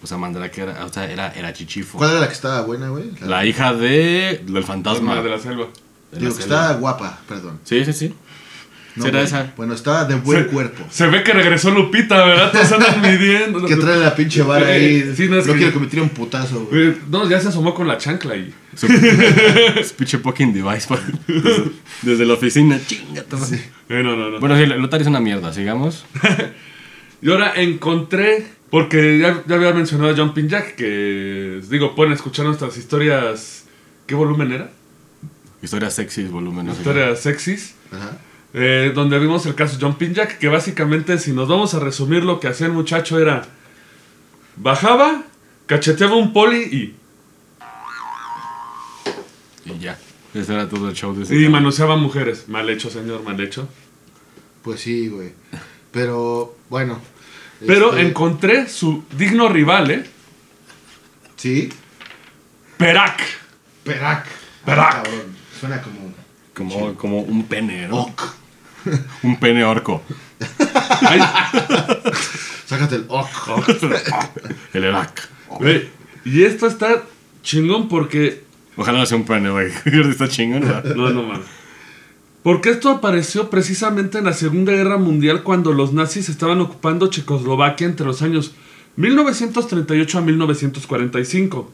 D: O sea, Mandrake era, o sea, era, era chichifo.
C: Mm. ¿Cuál era la que estaba buena, güey?
D: La hija de del
B: Madre
D: fantasma.
B: de la selva.
D: de
C: Digo
D: la
C: que
D: selva.
C: estaba guapa, perdón.
D: Sí, sí, sí.
C: No,
D: Será
C: güey.
D: esa.
C: Bueno, estaba de buen cuerpo.
B: Se ve que regresó Lupita, ¿verdad? Todos andan midiendo.
C: Que trae la pinche vara ahí.
B: Sí, no,
C: no
B: es que-
C: quiero que me tire un putazo, güey.
B: Eh, No, ya se asomó con la chancla y.
D: Su, su pinche Pokémon device para- desde, desde la oficina. Chingata.
B: Eh, no, no, no.
D: Bueno, sí, Lotario es una mierda, sigamos.
B: Y ahora encontré, porque ya, ya había mencionado a Jumping Jack, que digo, pueden escuchar nuestras historias. ¿Qué volumen era?
D: Historias sexys, volumen. no sé qué.
B: Historias sexys.
C: Ajá.
B: eh, donde vimos el caso Jumping Jack, que básicamente, si nos vamos a resumir, lo que hacía el muchacho era. Bajaba, cacheteaba un poli y.
D: Y ya. Ese era todo el show de ese
B: Y
D: cabrón.
B: manoseaba mujeres. Mal hecho, señor, mal hecho.
C: Pues sí, güey. Pero, bueno.
B: Pero
C: Este,
B: encontré su digno rival, ¿eh?
C: Sí.
B: Perak.
C: Perac.
B: Perac.
C: Ah, cabrón. Suena como.
D: Como, como un
C: Oh.
D: pene, ¿no?
C: Oc.
D: Un pene orco.
B: Ahí-
C: Sácate el ojo.
D: El Irak.
B: Güey, y esto está chingón porque.
D: Ojalá no sea un pene, güey. Está chingón, ¿verdad?
B: No, no mames. Porque esto apareció precisamente en la Segunda Guerra Mundial cuando los nazis estaban ocupando Checoslovaquia entre los años 1938 a 1945.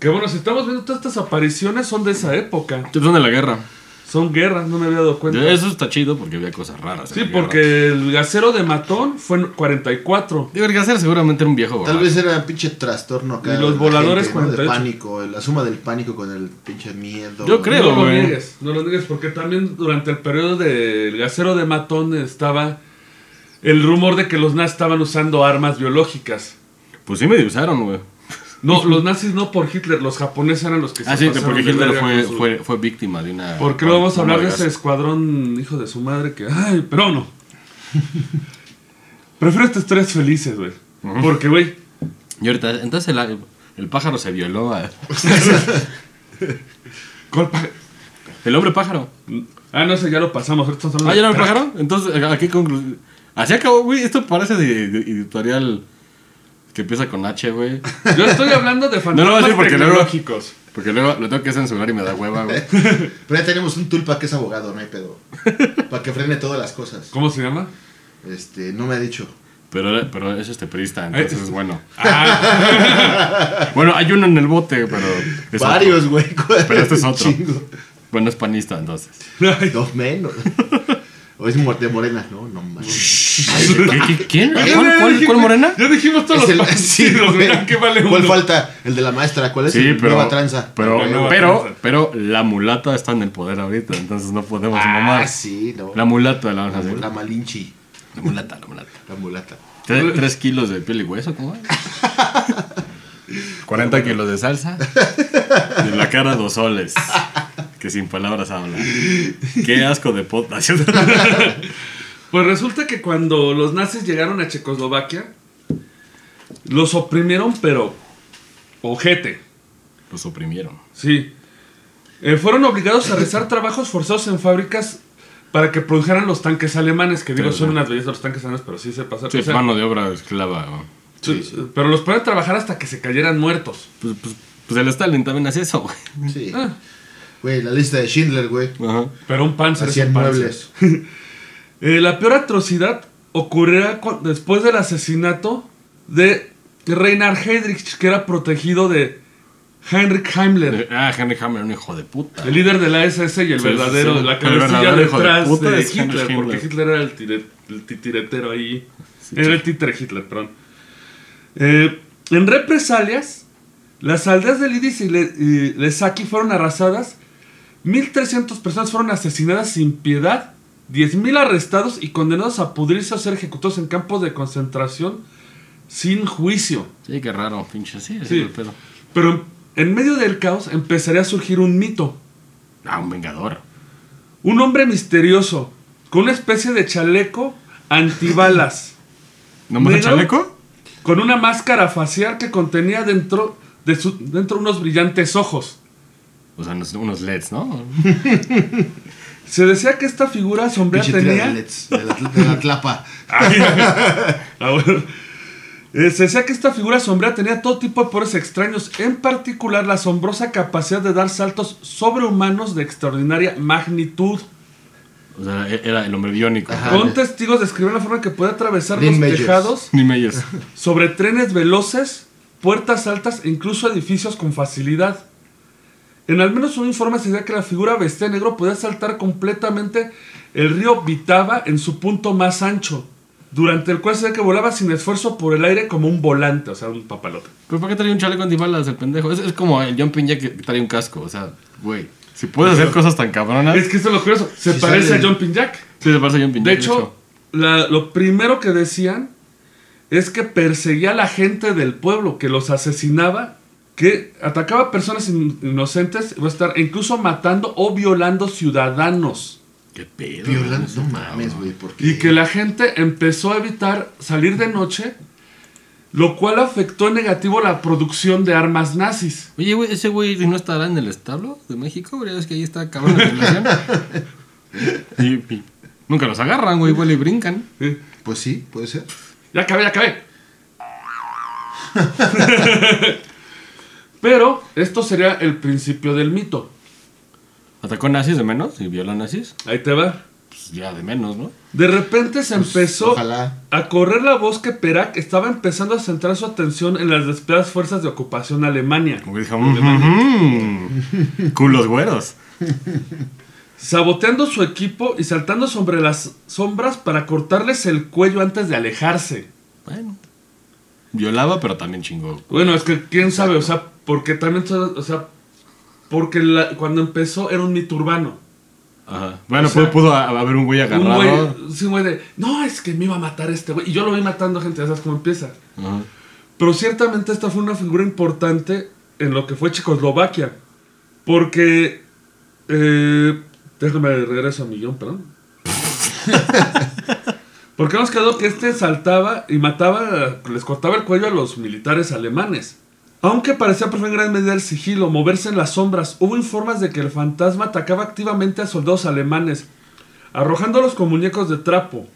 B: Que bueno, si estamos viendo todas estas apariciones son de esa época.
D: Son de la guerra.
B: Son guerras, no me había dado cuenta.
D: Eso está chido porque había cosas raras. en
B: Sí,
D: la guerra.
B: porque el gasero de Matón fue en 44.
D: Digo, el Gasser seguramente era un viejo,
C: Tal
D: borracho.
C: vez era pinche trastorno acá.
B: Y los
C: de la
B: voladores
C: gente, ¿no? De
B: 48.
C: pánico, la suma del pánico con el pinche miedo.
D: Yo creo.
B: no lo
D: güey.
B: niegues, no lo niegues, porque también durante el periodo del gasero de Matón estaba el rumor de que los nazis estaban usando armas biológicas.
D: Pues sí me usaron, güey.
B: No, los nazis no por Hitler, los japoneses eran los que
D: Ah, sí,
B: pasaron
D: porque
B: de
D: Hitler
B: verga
D: fue,
B: con su-
D: fue, fue víctima de una...
B: ¿Por qué no vamos a hablar de
D: gas.
B: ese escuadrón hijo de su madre que... Ay, pero no. Prefiero estas tres felices, güey. Porque, güey,
D: Y ahorita, entonces el, el pájaro se violó a-
B: ¿cuál pa-
D: El hombre pájaro.
B: Ah, no sé, ya lo pasamos. ahorita estamos
D: ¿Ah, ya no
B: hablando-
D: me pagaron? Entonces, ¿a qué conclusión? Así acabó, güey. Esto parece de, de editorial que empieza con H, güey.
B: Yo estoy hablando de
D: No lo voy
B: fantasmas
D: a decir porque luego.
B: tecnológicos.
D: Porque luego lo tengo que censurar y me da hueva, güey.
C: Pero ya tenemos un tulpa que es abogado, no hay pedo. Para que frene todas las cosas.
B: ¿Cómo se llama?
C: Este, no me ha dicho.
D: Pero, pero es este perista, entonces es bueno.
B: Ah,
D: Bueno, hay uno en el bote, pero. es otro.
C: Varios, güey.
D: Pero este es otro.
C: Chingo.
D: Bueno, es panista, entonces.
B: ay,
C: Dos menos. O es muerte morena, no, no mames.
D: ¿Qué- qué- ¿Quién? ¿Cuál, cuál, cuál morena?
B: Ya dijimos todos
C: Es
B: los
C: el- sí,
B: partidos,
C: güey.
B: vean que vale
C: ¿Cuál
B: uno.
C: falta? El de la maestra, ¿cuál es?
D: Sí,
C: El
D: pero.
C: Nueva tranza.
D: Pero,
B: La nueva
D: pero,
B: tranza.
D: pero la mulata está en el poder ahorita, entonces no podemos
C: Ah,
D: mamar.
C: sí, no.
D: La mulata, la vamos a
C: La,
D: hacer.
C: la malinchi,
D: La mulata, la mulata.
C: la mulata.
D: ¿Tres, tres kilos de piel y hueso? ¿Cómo es? 40 kilos de salsa. De la cara dos soles. Que sin palabras habla. Qué asco de pota.
B: Pues resulta que cuando los nazis llegaron a Checoslovaquia, los oprimieron, pero ojete,
D: Los oprimieron.
B: sí. Eh, fueron obligados a realizar trabajos forzados en fábricas para que produjeran los tanques alemanes, que digo,
D: Sí,
B: son
D: sí.
B: unas bellezas los tanques alemanes, pero sí se pasaron.
D: Sí,
B: O sea,
D: mano de obra esclava. ¿no?
B: sí, sí, Pero los pueden trabajar hasta que se cayeran muertos.
D: Pues, pues, pues el Stalin también hacía eso, güey.
C: Sí.
B: Ah.
C: Güey, la lista de Schindler, güey.
D: Ajá.
B: Pero un panzer es
C: Hacían
B: un panzer.
C: muebles.
B: Eh, la peor atrocidad ocurrirá cu- después del asesinato de Reinhard Heydrich, que era protegido de Heinrich Himmler,
D: Eh, Ah, Henry Hammer, un hijo de puta.
B: el líder de la SS y el
D: Sí,
B: verdadero,
D: sí, sí.
B: la
D: El
B: cabecilla
D: verdadero hijo de
B: detrás
D: puta
B: de,
D: es
B: Hitler,
D: Heinrich Himmler.
B: porque Hitler era el, tire- el titiretero ahí. era el títere Hitler, perdón. Eh, en represalias, las aldeas de Lidis y, Le- y Lesaki fueron arrasadas. 1.300 personas fueron asesinadas sin piedad. 10.000 arrestados y condenados a pudrirse o ser ejecutados en campos de concentración sin juicio.
D: Sí, qué raro, pinche. Sí,
B: Sí.
D: sí, el pedo.
B: Pero en medio del caos empezaría a surgir un mito.
D: Ah, un vengador.
B: Un hombre misterioso con una especie de chaleco antibalas.
D: ¿No me da
B: Negro.
D: chaleco?
B: con una máscara facial que contenía dentro de su, dentro unos brillantes ojos.
D: O sea, unos, unos LEDs, ¿no?
B: Se decía que esta figura sombría
C: Pinche tira de
B: tenía.
C: Let's, de la, de la tlapa.
B: Ay, ah, bueno. Eh, se decía que esta figura sombría tenía todo tipo de poderes extraños, en particular la asombrosa capacidad de dar saltos sobrehumanos de extraordinaria magnitud.
D: O sea, e- era el hombre biónico.
C: Ajá.
B: Con testigos describen la forma en que puede atravesar
C: Ah, Lin
B: los
C: Mayers.
B: tejados
D: Ni me ellos.
B: sobre trenes veloces, puertas altas e incluso edificios con facilidad. En al menos un informe se decía que la figura vestida de negro podía saltar completamente el río Vitava en su punto más ancho, durante el cual se ve que volaba sin esfuerzo por el aire como un volante, o sea, un papalote.
D: ¿Pero por qué trae un chaleco antibalas el pendejo? Es, es como el John Piña que trae un casco, o sea, güey. Si puedes hacer cosas tan cabronas.
B: Es que eso es lo curioso, se
C: Ah. Sí
B: parece
C: sale.
B: a Jumping Jack.
D: Sí, se parece a John Piña.
B: De hecho, la- lo primero que decían es que perseguía a la gente del pueblo, que los asesinaba, que atacaba a personas in- inocentes, o estar incluso matando o violando ciudadanos.
D: Qué pedo.
C: Violando, no
D: ese
C: mames,
D: cabrón.
C: güey. ¿por qué?
B: Y que la gente empezó a evitar salir de noche, lo cual afectó en negativo la producción de armas nazis.
D: Oye, güey, ese güey no estará en el establo de México, güey. Es que ahí está cabrón la relación. y, y nunca los agarran, güey, igual y brincan.
B: ¿sí?
C: Pues sí, puede ser.
B: Ya acabé, ya acabé. Pero esto sería el principio del mito.
D: ¿Atacó nazis de menos y violó nazis?
B: Ahí te va.
D: Pues ya de menos, ¿no?
B: De repente se empezó
C: ojalá.
B: a correr la voz que Perak estaba empezando a centrar su atención en las desesperadas fuerzas de ocupación alemania.
D: Como que dijo, "Mm, culos güeros.
B: saboteando su equipo y saltando sobre las sombras para cortarles el cuello antes de alejarse.
D: Bueno. Violaba, pero también chingó.
B: Bueno, es que quién sabe, o sea, porque también, o sea, porque la- cuando empezó era un mito urbano.
D: Ajá. Bueno,
B: O sea,
D: pudo, pudo a- haber un güey
B: Un
D: agarrado.
B: güey, sí, un güey de, no, es que me iba a matar este güey. Y yo lo vi matando gente, ya sabes cómo empieza.
D: Ajá.
B: Pero ciertamente esta fue una figura importante en lo que fue Checoslovaquia. Porque. eh, déjame regreso a mi guión, perdón. Porque nos quedó que este saltaba y mataba, les cortaba el cuello a los militares alemanes. Aunque parecía preferir en gran medida el sigilo, moverse en las sombras, hubo informes de que el fantasma atacaba activamente a soldados alemanes, arrojándolos con muñecos de trapo.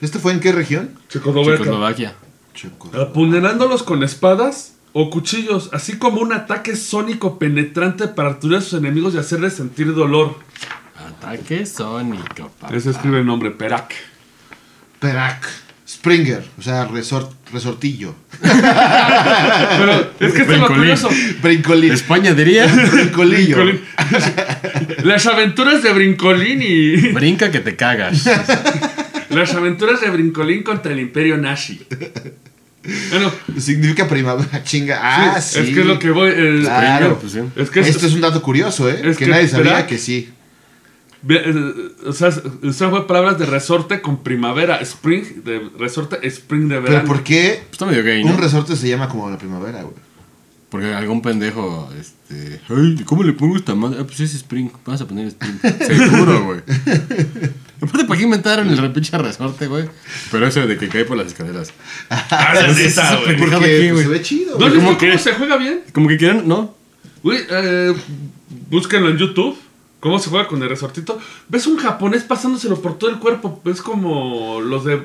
C: ¿Este fue en qué región?
B: Checoslovaquia
D: Checoslovaquia.
C: Chocos.
B: apuñalándolos con espadas o cuchillos, así como un ataque sónico penetrante para torturar a sus enemigos y hacerles sentir dolor.
D: Ataque sónico, papá.
B: Ese escribe el nombre, Perak.
C: Perak. Springer. O sea, resort, resortillo.
B: Pero es que esto es lo
D: Brincolín.
B: curioso.
C: Brincolín.
D: España diría.
C: Brincolillo.
B: Brincolín. Las aventuras de Brincolín y...
D: Brinca que te cagas.
B: Las aventuras de Brincolín contra el Imperio Nazi. Bueno,
C: Significa primavera. Chinga. Ah, sí.
B: es que es lo que voy... eh,
C: Claro.
D: pues sí.
B: Es que... es-
C: Esto es un dato curioso, ¿eh?
B: Es
C: que,
B: que
C: nadie sabía
B: Perak-
C: que sí.
B: Ve- eh, O sea, usted fue palabras de resorte con primavera, spring, de resorte, spring de verano.
C: Pero ¿por qué
D: Está medio gay,
C: un
D: ¿no?
C: resorte se llama como la primavera, güey?
D: Porque algún pendejo, este. Ay, ¿cómo le pongo esta madre? Ah, pues es Spring. Vas a poner Spring. Seguro, güey. Aparte, ¿para qué inventaron el pinche resorte, güey? Pero eso de que cae por las escaleras.
B: Ah, la neta, güey.
D: Dejado
C: Porque
D: aquí,
C: pues,
D: güey.
C: se ve chido.
B: ¿No les
C: güey.
D: ¿Cómo
B: digo cómo
D: crees?
B: se juega bien?
D: Como que quieran, ¿no?
B: Güey, eh, búsquenlo en YouTube. ¿Cómo se juega con el resortito? ¿Ves un japonés pasándoselo por todo el cuerpo? Es como los de...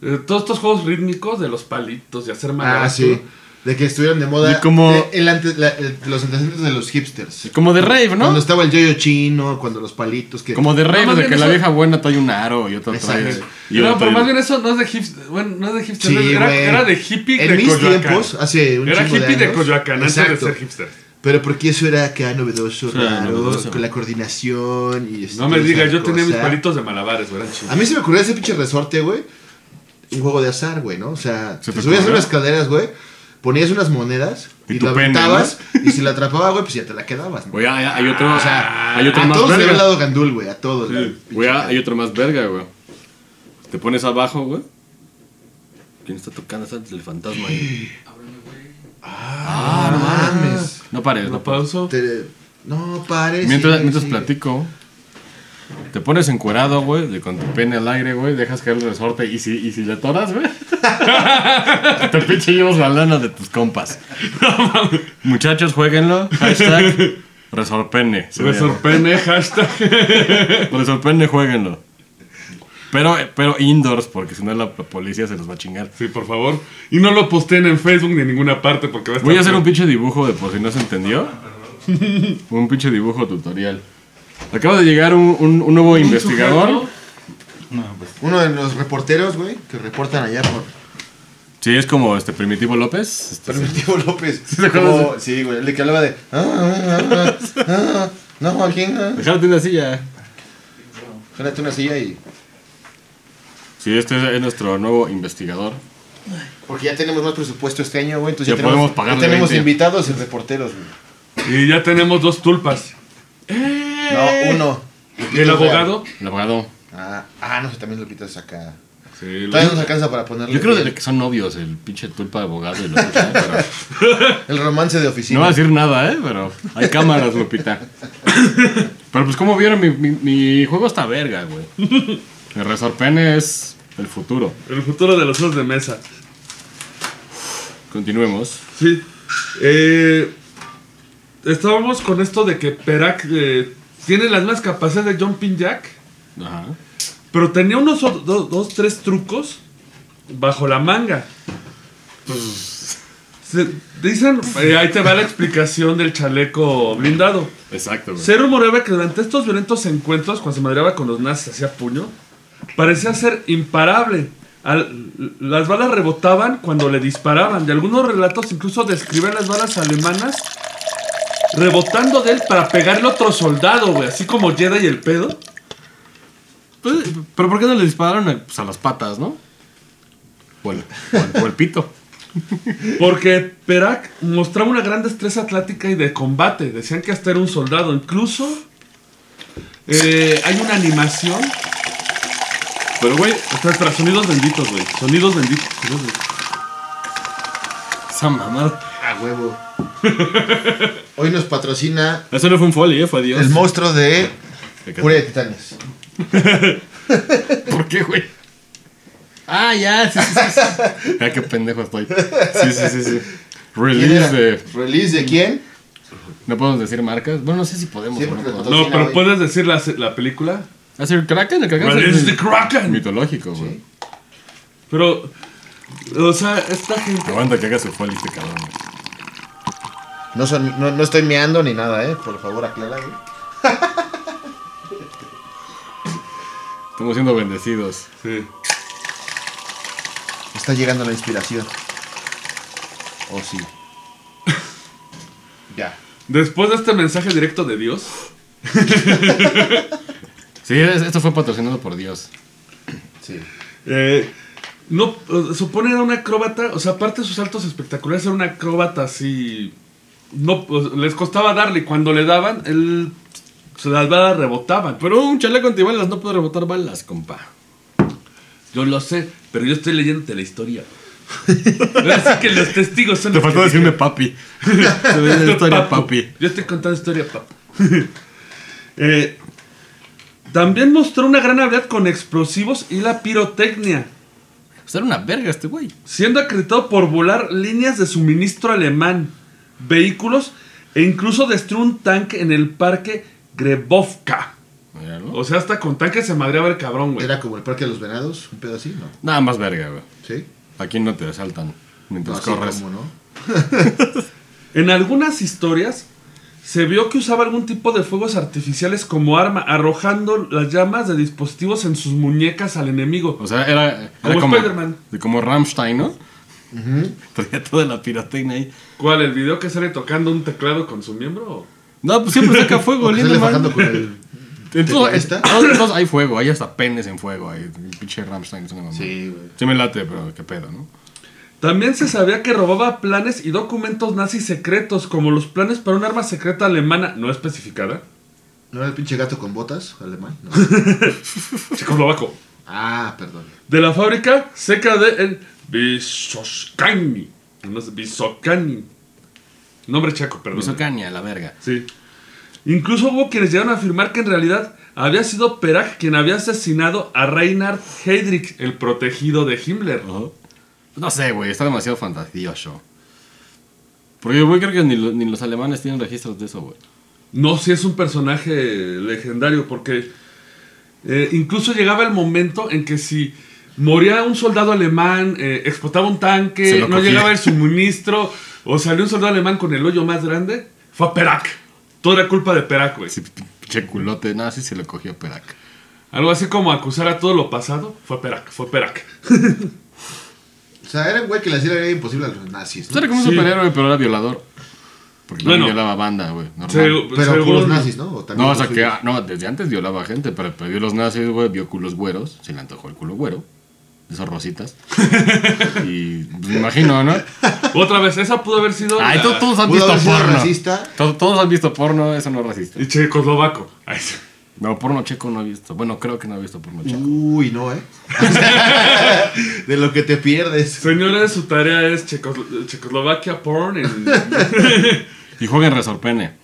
B: eh, todos estos juegos rítmicos de los palitos, de hacer
C: Ah,
B: malabares,
C: sí.
B: ¿no?
C: De que estuvieron de moda.
D: Y como-
C: de- el ante- la- el- los antecedentes de los hipsters.
D: Como de rave, ¿no?
C: Cuando estaba el yoyo chino, cuando los palitos. que
D: Como de rave,
B: más
D: de
B: bien
D: que la
B: eso-
D: vieja buena trae un aro y otra trae.
C: Exacto.
D: y
B: no,
D: otra
B: pero
D: trae-
B: más bien eso no es de hipster. Bueno, no es de hipster.
C: Sí,
B: era,
C: güey.
B: era de hippie
C: En
B: de
C: mis
B: Coyoacán.
C: tiempos, hace un
B: Era
C: chingo de
B: hippie de,
C: años.
B: Coyoacán antes
C: Exacto.
B: de ser hipster.
C: Pero porque eso era acá novedoso,
D: Sí, era
C: raro,
D: Ah, novedoso.
C: con la coordinación y este,
B: No me
C: esa
B: digas, yo tenía mis
C: cosa.
B: palitos de malabares, güey, eran
C: A
B: chidos.
C: mí se me ocurrió ese pinche resorte, güey. Un juego de azar, güey, ¿no? O sea,
D: ¿Se
C: te,
D: te
C: subías
D: ocurrió?
C: unas caderas, güey, ponías unas monedas
D: Y
C: y,
D: tu
C: la
D: pene,
C: aventabas y si la atrapaba, güey, pues ya te la quedabas. ¿no?
D: Güey, hay, hay otro, o sea, hay otro
C: Ah, a
D: más
C: todos se ve el
D: verga.
C: lado gandul, güey, a todos. la pinche
D: Güey, ah, hay
C: cadera.
D: otro más verga, güey. Te pones abajo, güey. ¿Quién está tocando? Está el fantasma ahí.
C: No mames.
D: No pares, no
B: Lo
D: pares.
B: pauso.
C: Te- No pares.
D: Mientras,
C: sigue,
D: mientras
C: sigue.
D: platico, te pones encuerado, güey, de- con tu pene al aire, güey, dejas caer el resorte y si, y si le atoras, güey, te pinche llevas la lana de tus compas. Muchachos, jueguenlo. Hashtag resorpene. se
B: Me
D: va a llamar.
B: sorprende, hashtag.
D: Resorpene, jueguenlo. Pero, pero indoors, porque si no la policía se los va a chingar.
B: Sí, por favor. Y no lo posteen en Facebook ni en ninguna parte porque va a estar
D: Voy a hacer un pinche dibujo de por si no se entendió. un pinche dibujo tutorial. Acaba de llegar un, un- un nuevo investigador.
C: Uno de los reporteros, güey, que reportan allá por
D: Sí, es como este Primitivo López. Este,
C: Primitivo López.
D: te acuerdas
C: Como- sí, güey, el que hablaba de. "Ah, ah, ah, ah, no, Joaquín. ah".
D: Dejarte una silla.
C: Jálate una silla y.
D: Sí, este es nuestro nuevo investigador.
C: Porque ya tenemos más presupuesto este año, güey. Entonces ya,
D: Ya
C: tenemos,
D: podemos pagarle
C: ya tenemos
D: 20.
C: invitados y reporteros, güey.
B: Y ya tenemos dos tulpas.
C: No, uno.
B: ¿Y el abogado?
D: El abogado.
C: Ah, ah, no, sé, también lo pitas acá.
B: Sí,
C: Todavía no nos alcanza para ponerle.
D: Yo creo
C: bien.
D: de que son novios, el pinche tulpa de abogado y Lupita, ¿eh? pero
C: El romance de
D: No
C: oficina.
D: va a decir nada, ¿eh? Pero hay cámaras, Lupita. Pero pues como vieron, mi, mi, mi juego está verga, güey. El resorpene es el futuro.
B: El futuro de los juegos de mesa.
D: Continuemos.
B: Sí. Eh, estábamos con esto de que Perak eh, tiene las mismas capacidades de Jumping Jack,
D: Ajá.
B: pero tenía unos o- do- dos, tres trucos bajo la manga.
D: Pues,
B: Se- dicen, eh, ahí te va la explicación del chaleco blindado.
D: Exacto, güey.
B: Se rumoreaba que durante estos violentos encuentros, cuando se madreaba con los nazis, hacía puño, parecía ser imparable. Al- las balas rebotaban cuando le disparaban. De algunos relatos incluso describen las balas alemanas rebotando de él para pegarle a otro soldado, güey. Así como Jedi y el pedo.
D: Pues, Pero ¿por qué no le dispararon a, pues, a las patas, no? O al, o al- o al pito.
B: Porque Perak mostraba una gran destreza atlética y de combate. Decían que hasta era un soldado. Incluso eh, hay una animación.
D: Pero, güey,
B: Espera, espera, sonidos benditos, güey. Sonidos benditos. Sonidos benditos.
D: esa mamada.
C: A Ah, huevo. Hoy nos patrocina
D: Eso no fue un folly, ¿eh? Fue Dios.
C: el monstruo de
D: Fíjate.
C: Furia de Titanes.
D: ¿Por qué, güey? Ah, ya, sí, sí, sí. sí. Mira Ah, qué pendejo estoy. Sí, sí, sí, sí.
C: ¿Quién era?
D: Release de...
C: ¿Release de quién?
D: ¿No podemos decir marcas? Bueno, no sé si podemos.
C: Sí,
D: o no
C: porque
D: podemos.
B: No,
C: Patrocina,
B: pero
C: güey.
B: puedes decir la, la película.
D: ¿Hace el Kraken? El Kraken es
B: Release the
D: el-
B: Kraken.
D: mitológico, güey.
B: Pero, o sea, esta gente.
D: Aguanta que haga su folly este cabrón. güey.
C: No, son- no, no estoy meando ni nada, ¿eh? Por favor, aclara, güey.
D: Estamos siendo bendecidos.
B: Sí.
C: Está llegando la inspiración. Oh, sí. ya.
B: Después de este mensaje directo de Dios,
D: Sí, es- esto fue patrocinado por Dios.
C: Sí.
B: eh, no, eh, supone era un acróbata. O sea, aparte de sus saltos espectaculares, era un acróbata así. No, pues, les costaba darle. y Cuando le daban, él. se Las balas rebotaban. Pero
D: Pero un chaleco antibalas no puede rebotar balas, compa.
B: yo lo sé, pero yo estoy leyéndote la historia. Así que los testigos son.
D: Te
B: los
D: faltó
B: que dijeron.
D: decirme papi. Te veía la historia,
B: Papu.
D: papi.
B: Yo estoy contando historia, papi. Eh, también mostró una gran habilidad con explosivos y la pirotecnia,
D: Pues era una verga este güey.
B: siendo acreditado por volar líneas de suministro alemán, vehículos e incluso destruir un tanque en el parque Grebovka. O sea, hasta con tanque se madreaba el cabrón, güey.
C: Era como el Parque de los Venados, un pedo así, ¿no?
D: Nada más verga, güey.
C: ¿Sí?
D: Aquí no te asaltan
C: No,
D: mientras
C: así
D: Pues corres.
C: como, ¿no?
B: En algunas historias se vio que usaba algún tipo de fuegos artificiales como arma, arrojando las llamas de dispositivos en sus muñecas al enemigo.
D: O sea, era, era
B: Como
D: como,
B: Spider-Man.
D: de como Rammstein, ¿no? Traía toda la pirotecnia ahí.
B: ¿Cuál? ¿El video que sale tocando un teclado con su miembro?
D: No, pues siempre saca fuego,
C: Porque sale
D: Lindemann.
C: bajando con el...
D: En todo- en
C: ¿Tecladista?
D: todos lados hay fuego, hay hasta penes en fuego. Hay pinche Rammstein, es una mamá.
C: Sí, güey.
D: Sí me late, pero qué pedo, ¿no?
B: También se sabía que robaba planes y documentos nazis secretos, como los planes para un arma secreta alemana no especificada.
C: ¿No era el pinche gato con botas alemán? No.
B: Checoslovaco.
C: Ah, perdón.
B: De la fábrica seca de el Bisoskani. No sé, Bisokani. Nombre checo, perdón.
D: Hizo caña, la verga.
B: Sí. Incluso hubo quienes llegaron a afirmar que en realidad había sido Perag quien había asesinado a Reinhard Heydrich, el protegido de Himmler.
D: No sé, güey, está demasiado fantasioso. Porque, güey, creo que ni, lo- ni los alemanes tienen registros de eso, güey.
B: No, si es un personaje legendario, porque eh, incluso llegaba el momento en que si moría un soldado alemán, eh, explotaba un
D: Se
B: tanque,
D: lo
B: no
D: cogía.
B: llegaba el suministro, o salió un soldado alemán con el hoyo más grande, fue a Perak. Toda era culpa de Perak, güey.
D: Ese p- pinche culote, nada, sí se lo cogió Perac.
B: Algo así como acusar a todo lo pasado, fue Perak, fue Perak.
C: O sea, era un güey que le hacía la vida imposible a los nazis,
D: Usted
C: ¿no?
D: era como un
B: Sí.
D: superhéroe, pero era violador. Porque
B: Bueno.
D: también violaba banda, güey. normal.
B: Segu-
C: Pero con
B: según-
C: los nazis, ¿no? O también
D: No, o sea
C: con
D: que,
C: suyos.
D: ah, no, desde antes violaba gente, pero, pero vio los nazis, güey, vio culos güeros, se le antojó el culo güero, de esas rositas. y pues, me imagino, ¿no?
B: Otra vez, esa pudo haber sido.
D: Ay,
B: la-
D: to- todos han
C: Pudo
D: visto
C: haber sido
D: porno.
C: racista.
D: To- todos han visto porno, eso no es racista.
B: Y checoslovaco. Ay, sí.
D: No, porno checo no he visto. Bueno, creo que no he visto porno checo.
C: Uy, no, ¿eh? De lo que te pierdes.
B: Señores, su tarea es Checoslo- Checoslovaquia porn. en-
D: Y jueguen resorpene.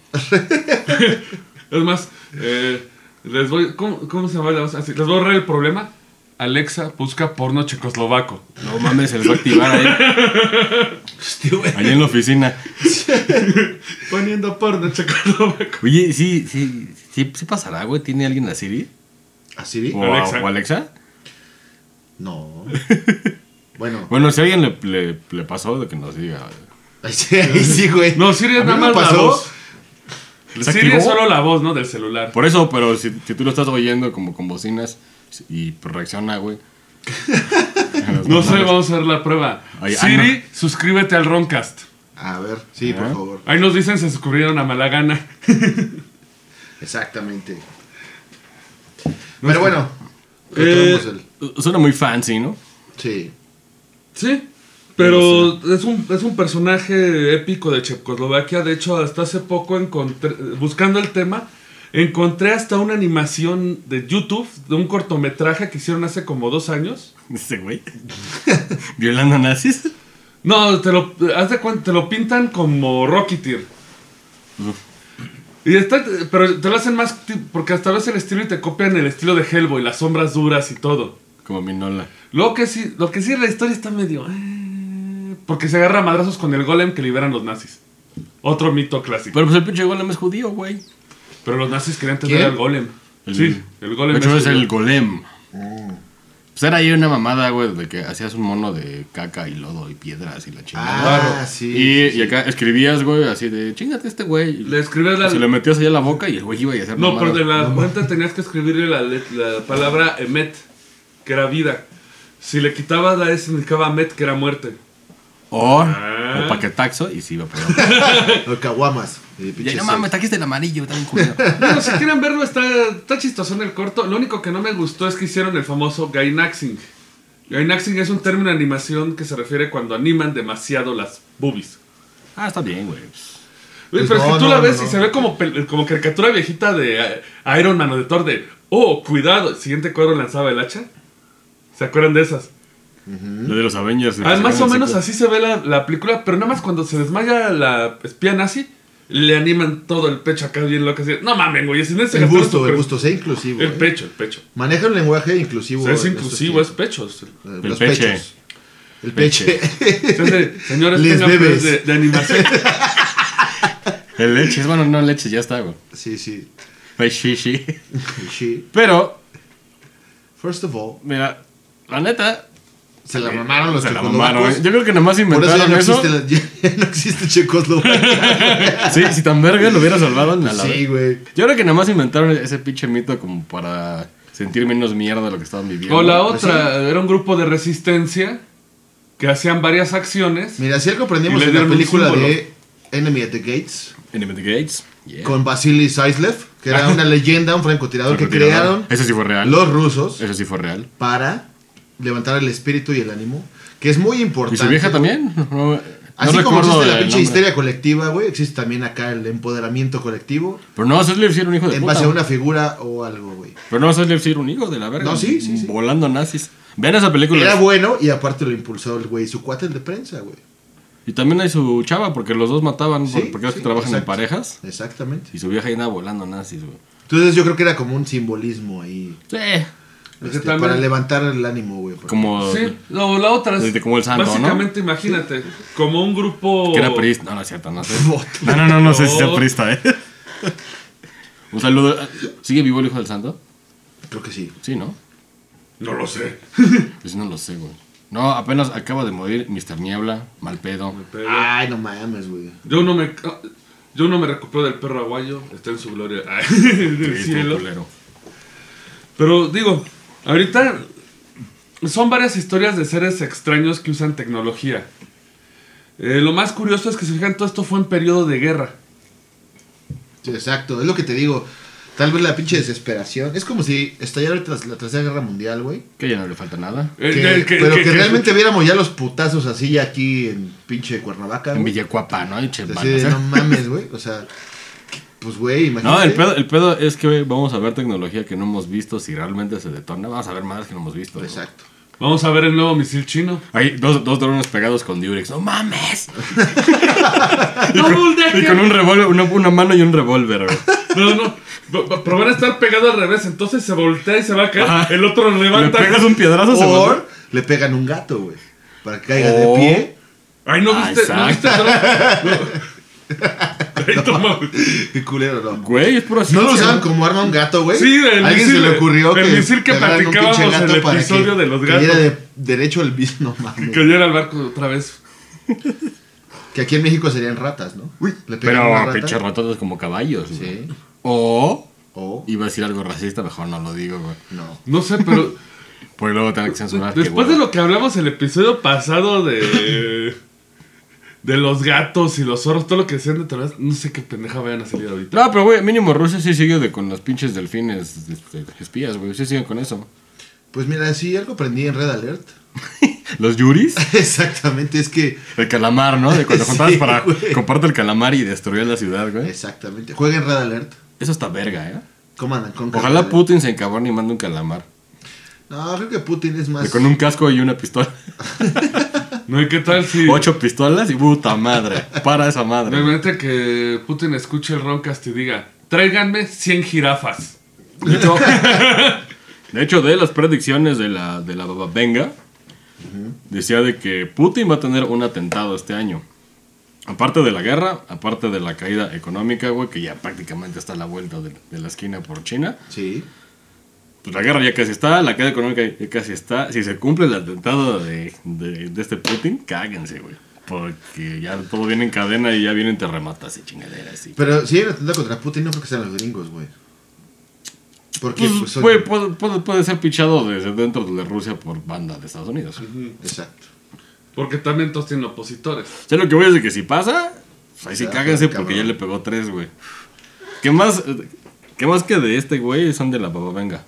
B: es más, eh, les voy. ¿Cómo, cómo se llama? la cosa? Así, les voy a ahorrar el problema. Alexa busca porno checoslovaco.
D: No mames, se les va a activar ahí. Ahí en la oficina.
B: Poniendo porno checoslovaco.
D: Oye, sí, sí, sí, sí pasará, güey. ¿Tiene alguien a Siri?
C: ¿Así?
D: ¿O a-
B: Alexa.
D: o Alexa?
C: No. Bueno,
D: Bueno, si a alguien le, le- le pasó, de que nos diga.
C: ahí sí, ahí sí, güey.
B: No, Siri
C: A
B: es
C: mí
B: nada
C: me
B: más la
C: pasó.
B: voz.
D: ¿Les
B: Siri es
D: activó?
B: solo la voz, ¿no? Del celular.
D: Por eso, pero si, si tú lo estás oyendo como con bocinas y reacciona, güey.
B: No sé, vamos a hacer la prueba.
D: Pues, Ay,
B: Siri,
D: Ana.
B: suscríbete al Roncast.
C: A ver, sí, por
D: Ajá.
C: favor.
B: Ahí nos dicen se descubrieron a Malagana.
C: Exactamente. Pero bueno,
B: Eh,
C: retomemos el.
D: Suena muy fancy, ¿no?
C: Sí.
B: Sí, pero es un, es un personaje épico de Checoslovaquia. De hecho, hasta hace poco encontré, buscando el tema, encontré hasta una animación de YouTube de un cortometraje que hicieron hace como dos años.
D: Ese güey. Violando nazis.
B: No, te lo, haz de cuenta, te lo pintan como Rocketeer. Y está, pero te lo hacen más, ti- porque hasta ves el estilo y te copian el estilo de Hellboy, las sombras duras y todo.
D: Como Minola.
B: Lo que sí, lo que sí la historia está medio. eh, porque se agarra a madrazos con el golem que liberan los nazis. Otro mito clásico.
D: Pero pues el pinche golem es judío, güey.
B: Pero los nazis querían tener
C: ¿Quién?
B: al golem.
D: El-
B: sí, el golem.
D: De hecho, es
B: judío.
D: el golem.
C: Mm.
D: Pues era ahí una mamada, güey, de que hacías un mono de caca y lodo y piedras y la chingada.
C: Ah,
B: Claro.
C: sí.
D: y, y acá escribías, güey, así de chingate a este güey.
B: Le escribes la.
D: Se le metías allá a la boca y el güey iba a hacer
B: no,
D: mamadas.
B: pero de la cuenta tenías que escribirle la, let- la palabra Emet, que era vida. Si le quitabas la E, significaba Met, que era muerte.
D: O,
B: Ah.
D: o paquetaxo y se iba a pegar.
C: O caguamas. Y
D: Ya,
C: pinches
D: no mames,
C: seis.
D: trajiste el amarillo, también culero.
B: Bueno, si quieren verlo, está, está chistoso en el corto. Lo único que no me gustó es que hicieron el famoso gainaxing. Gainaxing es un término de animación que se refiere cuando animan demasiado las boobies.
D: Ah, está bien, güey. Pues,
B: Uy,
C: Pues
B: pero es
C: no,
B: que tú
C: no,
B: la
C: no,
B: ves y
C: no.
B: se ve como, pel- como caricatura viejita de eh, Iron Man o de Thor de ¡Oh, cuidado! El siguiente cuadro lanzaba el hacha. ¿Se acuerdan de esas?
D: Lo de los Avengers.
B: Ah, más o menos así se ve la, la película, pero nada más cuando se desmaya la espía nazi, le animan todo el pecho acá bien loco. Así, no mamen, güey. si no se
C: El
B: gastaron
C: gusto,
B: súper-
C: el gusto, sea inclusivo.
B: El
C: eh.
B: pecho, el pecho.
C: Maneja un lenguaje
B: O
C: inclusivo.
B: sea, es
C: en estos
B: inclusivo, es
C: tiempos.
B: pechos.
C: Eh,
D: El
C: Los
D: peche.
C: pechos. El peche.
B: Entonces, señores,
C: Les
B: tengan
C: bebes.
B: pedos de, de animación.
D: El leche, bueno, no leche, ya está, güey.
C: sí, sí.
D: Ay, sí, sí.
C: Sí.
D: Pero,
C: First of all,
D: mira, la neta.
C: se la mamaron los
D: se la mamaron.
C: checoslovacos.
D: ¿eh? Yo creo que nomás
C: pues, Por eso ya
D: inventaron
C: no,
D: eso.
C: Existe, la- ya no existe Checoslovaquia.
D: Sí, si tan verga lo hubiera salvado en la
C: sí, güey.
D: Yo creo que nada más inventaron ese pinche mito como para sentir menos mierda de lo que estaban viviendo.
B: O la
C: Pues
B: otra, era un grupo de resistencia que hacían varias acciones.
C: Mira, si algo aprendimos
B: Y le
C: en la
B: dieron un
C: película
B: símbolo.
C: de Enemy at the Gates
D: Enemy of the Gates. Yeah.
C: con Vasily Zaislev, que era una leyenda, un francotirador que
D: Francotirador.
C: crearon
D: Eso sí fue real.
C: los rusos
D: Eso sí fue real.
C: para levantar el espíritu y el ánimo, que es muy importante.
D: ¿Y su vieja también? No, no
C: Así como
D: recuerdo
C: existe la
D: el
C: pinche
D: nombre.
C: histeria colectiva, güey, existe también acá el empoderamiento colectivo
D: Pero no, Soslev sí era un hijo de
C: en
D: puta.
C: base a una figura o algo, güey.
D: Pero no, Soslev sí era un hijo de la verga.
C: No, sí, sí, sí.
D: Volando nazis. Vean esa película.
C: Era bueno y aparte lo impulsó el güey, su cuate el de prensa, güey.
D: Y también hay su chava, porque los dos mataban,
C: Sí,
D: por- porque los
C: sí,
D: que trabajan en
C: exacto.
D: parejas.
C: Exactamente.
D: Y su vieja ahí andaba volando nazis, güey.
C: Entonces yo creo que era como un simbolismo ahí.
D: Sí.
B: Porque
C: este,
B: también-
C: para levantar el ánimo, güey. porque-
D: Como...
B: Sí, no, la otra
D: Desde
B: es.
D: como el santo, ¿no?
B: básicamente, imagínate, como un grupo.
D: Que era priista. No, no es cierto, no sé.
C: Voto.
D: No, no, no, no sé si sea
B: Oh. No.
D: priista, eh. Un saludo. ¿Sigue vivo el hijo del santo?
C: Creo que sí.
D: Sí, ¿no?
B: No lo sé.
D: Pues no lo sé, güey. No, apenas acaba de morir Mr. Niebla, mal pedo.
B: Pero
C: Ay, no mames, güey.
B: yo no me. Yo no me recupero del perro aguayo. Está en su gloria. Ay, del
D: Sí, estuvo
B: cielo.
D: culero.
B: Pero digo, ahorita son varias historias de seres extraños que usan tecnología. Eh, lo más curioso es que si fijan, todo esto fue en periodo de guerra.
C: Sí, exacto, es lo que te digo. Tal vez la pinche desesperación. Es como si estallara tras la Tercera Guerra Mundial, güey.
D: Que ya no le falta nada.
B: Eh,
C: Que-
B: eh,
C: pero que, realmente viéramos ya los putazos así ya aquí en pinche Cuernavaca.
D: En
C: güey.
D: Villacuapa, ¿no? ¿eh? Y che, van
C: Así
D: a
C: de,
D: hacer-
C: no mames, güey. O sea, que- pues güey, imagínate.
D: No, el pedo, el pedo es que güey, vamos a ver tecnología que no hemos visto si realmente se detona. Vamos a ver más que no hemos visto. ¿no?
C: Exacto.
B: Vamos a ver el nuevo misil chino.
D: Hay dos, dos drones pegados con Durex. ¡No mames!
B: ¡No,
D: Y con un revólver, una, una mano y un revólver, güey.
B: No, no. Pero- Pero van a estar pegado al revés. Entonces se voltea y se va a caer.
D: Ajá.
B: El otro lo
D: Le
B: levanta.
D: pegas un piedrazo, se
C: O
D: voltea.
C: le pegan un gato, güey. Para que caiga
D: O-
C: de pie.
B: Ay, no
D: Ah,
B: viste. no viste.
D: exacto.
B: No. Ay, toma, güey.
C: Qué culero, no.
D: Güey, es pura
C: ¿No
D: ciencia,
C: lo usaban
D: güey.
C: como arma un gato, güey?
B: Sí, el
C: ¿Alguien
B: misil-
C: se le ocurrió
B: el
C: que
B: misil que
C: pegaran un pinche
B: platicábamos en el
C: para
B: episodio de los
C: cayera
B: gatos?
C: de derecho al bis, no mames.
B: Que cayera al barco otra vez.
C: Que aquí en México serían ratas, ¿no? Uy, le pegan una
D: Pero
C: rata.
D: pinche ratotas como caballos, güey.
C: Sí.
D: O
C: O
D: iba a decir algo racista, mejor no lo digo, güey.
C: no.
B: No sé, pero
D: Porque luego tener que censurar. Ah, qué
B: después de
D: hueva.
B: lo que hablamos el episodio pasado de de los gatos y los zorros, todo lo que sean de Tabasco, no sé qué pendeja vayan a salir ahorita.
D: No, pero güey, mínimo Rusia sí sigue de- con los pinches delfines este, espías, güey. Sí siguen con eso.
C: Pues mira, sí, algo aprendí en Red Alert.
D: Los yuris.
C: Exactamente, es que.
D: El calamar, ¿no? De cuando
C: Sí,
D: juntabas para
C: güey.
D: comparte el calamar y destruir la ciudad, güey.
C: Exactamente. Jueguen Red Alert.
D: Eso está verga, ¿eh?
C: Coman con
D: Ojalá
C: Red
D: Putin se encabrone y mande un calamar.
C: Alert. No, creo que Putin es
D: De
C: más.
D: Con un casco y una pistola.
B: No, ¿y qué tal si
D: Ocho pistolas y puta madre. Para esa
B: de
D: madre.
B: repente que Putin escuche el roncast y diga, tráiganme 100 jirafas? Y yo,
D: De hecho, de las predicciones de la, de la Venga, decía de que Putin va a tener un atentado este año. Aparte de la guerra, aparte de la caída económica, güey, que ya prácticamente está a la vuelta de, de la esquina por China.
C: Sí.
D: Pues la guerra ya casi está, la caída económica ya casi está. Si se cumple el atentado de, de- de este Putin, cáguense, güey. Porque ya todo viene en cadena y ya vienen terrematas y chingaderas. Y...
C: Pero si hay un atentado contra Putin, no creo que sean los gringos, güey. Porque,
D: Pues,
C: pues, oye,
D: güey, puede, puede- puede ser pichado desde dentro de Rusia por banda de Estados Unidos.
C: Exacto.
B: porque también todos tienen opositores.
D: O sea, lo que voy es de que si pasa, pues ahí sí
C: Ya,
D: cáguense
C: cabrón.
D: porque ya le pegó tres, güey. ¿Qué más, ¿Qué más que de este, güey? Son de la babavenga.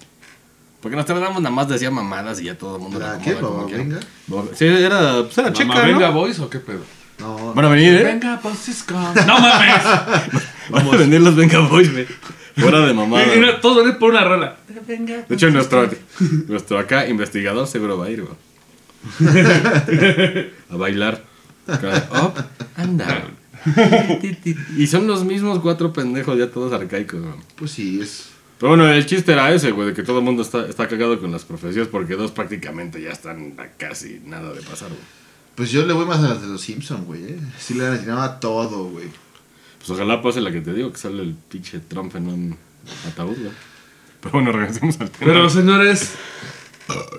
D: Porque nos tardamos nada más decía mamadas y ya todo el mundo
C: ¿La
D: la
C: qué,
D: acomoda como quiera.
C: babavenga?
D: Baba- Sí, era, pues era checa,
B: Mamá,
D: ¿no?
B: venga, boys o qué pedo?
C: No,
D: Van a venir, ¿eh?
B: Venga, voices con... No mames.
D: Van a vender los Venga Boys, güey. Fuera de mamada.
B: Y mira, todos van a ir por una rola.
D: güey. De hecho, nuestro, nuestro acá investigador seguro va a ir, güey. A bailar. Acá, Up and down. Y son los mismos cuatro pendejos ya todos arcaicos, güey.
C: pues sí, es.
D: Pero bueno, el chiste era ese, güey, de que todo el mundo está, está cagado con las profecías porque dos prácticamente ya están a casi nada de pasar, güey.
C: Pues yo le voy más a las de los Simpsons, güey. ¿eh? Sí le atinaba todo, güey.
D: Pues ojalá pase la que te digo, que sale el pinche Trump en un ataúd, güey. Pero bueno, regresemos al tema
B: Pero señores,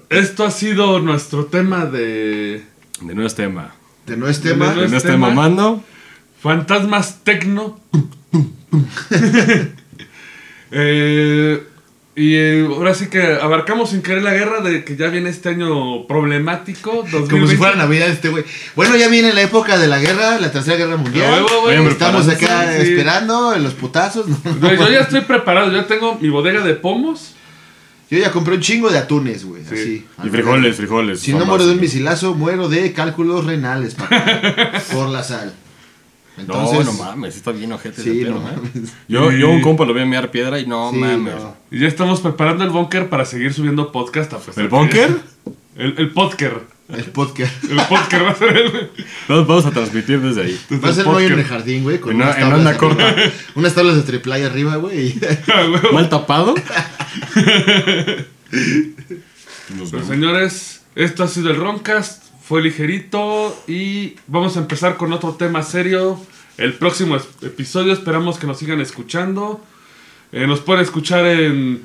B: esto ha sido nuestro tema de
D: de nuestro tema.
C: De no es tema.
B: De
D: Que no esté
B: tema.
D: este mamando.
B: fantasmas tecno. Eh, y eh, ahora sí que abarcamos sin querer la guerra de que ya viene este año problemático. 2020.
C: Como si fuera Navidad este güey. Bueno, ya viene la época de la guerra, la tercera guerra mundial.
B: Pero, güey, güey,
D: Oye,
C: Estamos
D: preparado.
C: acá
B: Sí, sí.
C: esperando en los putazos. ¿no?
B: Güey, Yo ya estoy preparado, yo tengo mi bodega de pomos.
C: Yo ya compré un chingo de atunes, güey.
B: Sí.
C: Así.
D: Y frijoles, frijoles.
C: Si no
D: papas.
C: muero de un misilazo, muero de cálculos renales, papá. por la sal.
D: No,
C: Entonces,
D: no mames, está bien ojete
C: Sí,
D: ese pedo,
C: no
D: ¿eh?
C: mames.
D: Yo,
B: Sí.
D: yo un compa lo vi a mear piedra y no
C: Sí,
D: mames.
C: no.
B: Y ya estamos preparando el búnker para seguir subiendo podcast a pesar
D: ¿El
B: que-
D: búnker?
B: El, el podcast.
C: el podcast.
B: El podcast va a ser el.
D: Nos vamos a transmitir desde ahí.
C: Va a ser un hoyo en el
D: Podcast.
C: jardín, güey. Con
D: En una-
C: unas
D: en
C: tablas
D: onda
C: arriba.
D: corta.
C: Unas tablas de triplay arriba, güey.
B: Ah, güey.
D: mal tapado. Nos
B: Pues
D: vemos.
B: señores, esto ha sido el Roncast, fue ligerito y vamos a empezar con otro tema serio. El próximo es- episodio esperamos que nos sigan escuchando. Eh, nos pueden escuchar en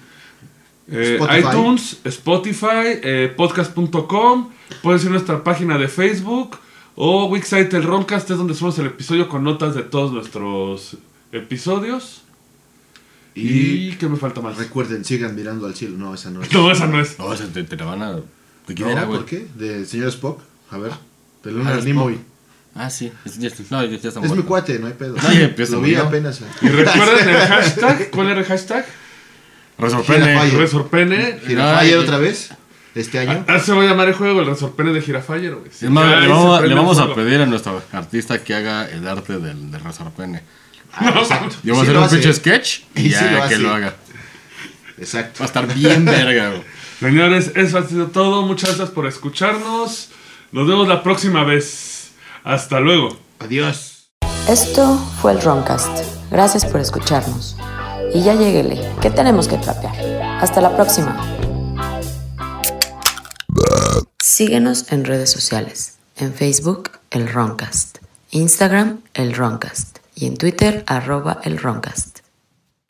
B: eh,
C: Spotify.
B: iTunes, Spotify, eh, podcast.com, pueden ser nuestra página de Facebook o Wixsite el Roncast es donde subimos el episodio con notas de todos nuestros episodios. ¿Y,
C: Y
B: qué me falta más?
C: recuerden, sigan mirando al cielo. No, esa no es.
B: No, esa no es.
D: No, se te, te la van a. ¿De quién
C: No,
D: era, güey?
C: ¿Por qué? ¿De señor Spock? A ver. De
D: Ah,
C: Leonard
D: Spock.
C: Nimoy.
D: Ah, sí. Es- ya- no, ya, ya está
C: Es mi
D: muerto.
C: cuate, no hay pedo.
D: No, ya empieza,
C: Lo vi
D: murió.
C: apenas.
B: ¿Y recuerden el hashtag? ¿Cuál era el hashtag?
D: Resorpene.
C: Girafalla.
B: Resorpene.
D: Ay,
C: Girafire
D: eh.
C: otra vez. Este año.
B: Ah, se va a llamar el juego el Resorpene de Girafire, güey.
D: Es más,
B: Ya,
D: le
B: ahí se
D: vamos, le
B: prende el
D: vamos a
B: fuego.
D: pedir a nuestro artista que haga el arte del, del resorpene.
C: Ah, exacto.
D: Yo
C: Sí
D: voy a hacer
C: lo
D: un
C: hace.
D: pinche sketch
C: Sí
D: y ya
C: lo hace.
D: que lo haga. Va
C: Exacto.
D: a estar bien verga, güey.
B: Señores, eso ha sido todo. Muchas gracias por escucharnos. Nos vemos la próxima vez. Hasta luego.
C: Adiós.
A: Esto fue el Roncast. Gracias por escucharnos. Y ya lleguele, que tenemos que trapear. Hasta la próxima. Síguenos en redes sociales. En Facebook, el Roncast. Instagram, el Roncast. Y en Twitter, arroba el Roncast.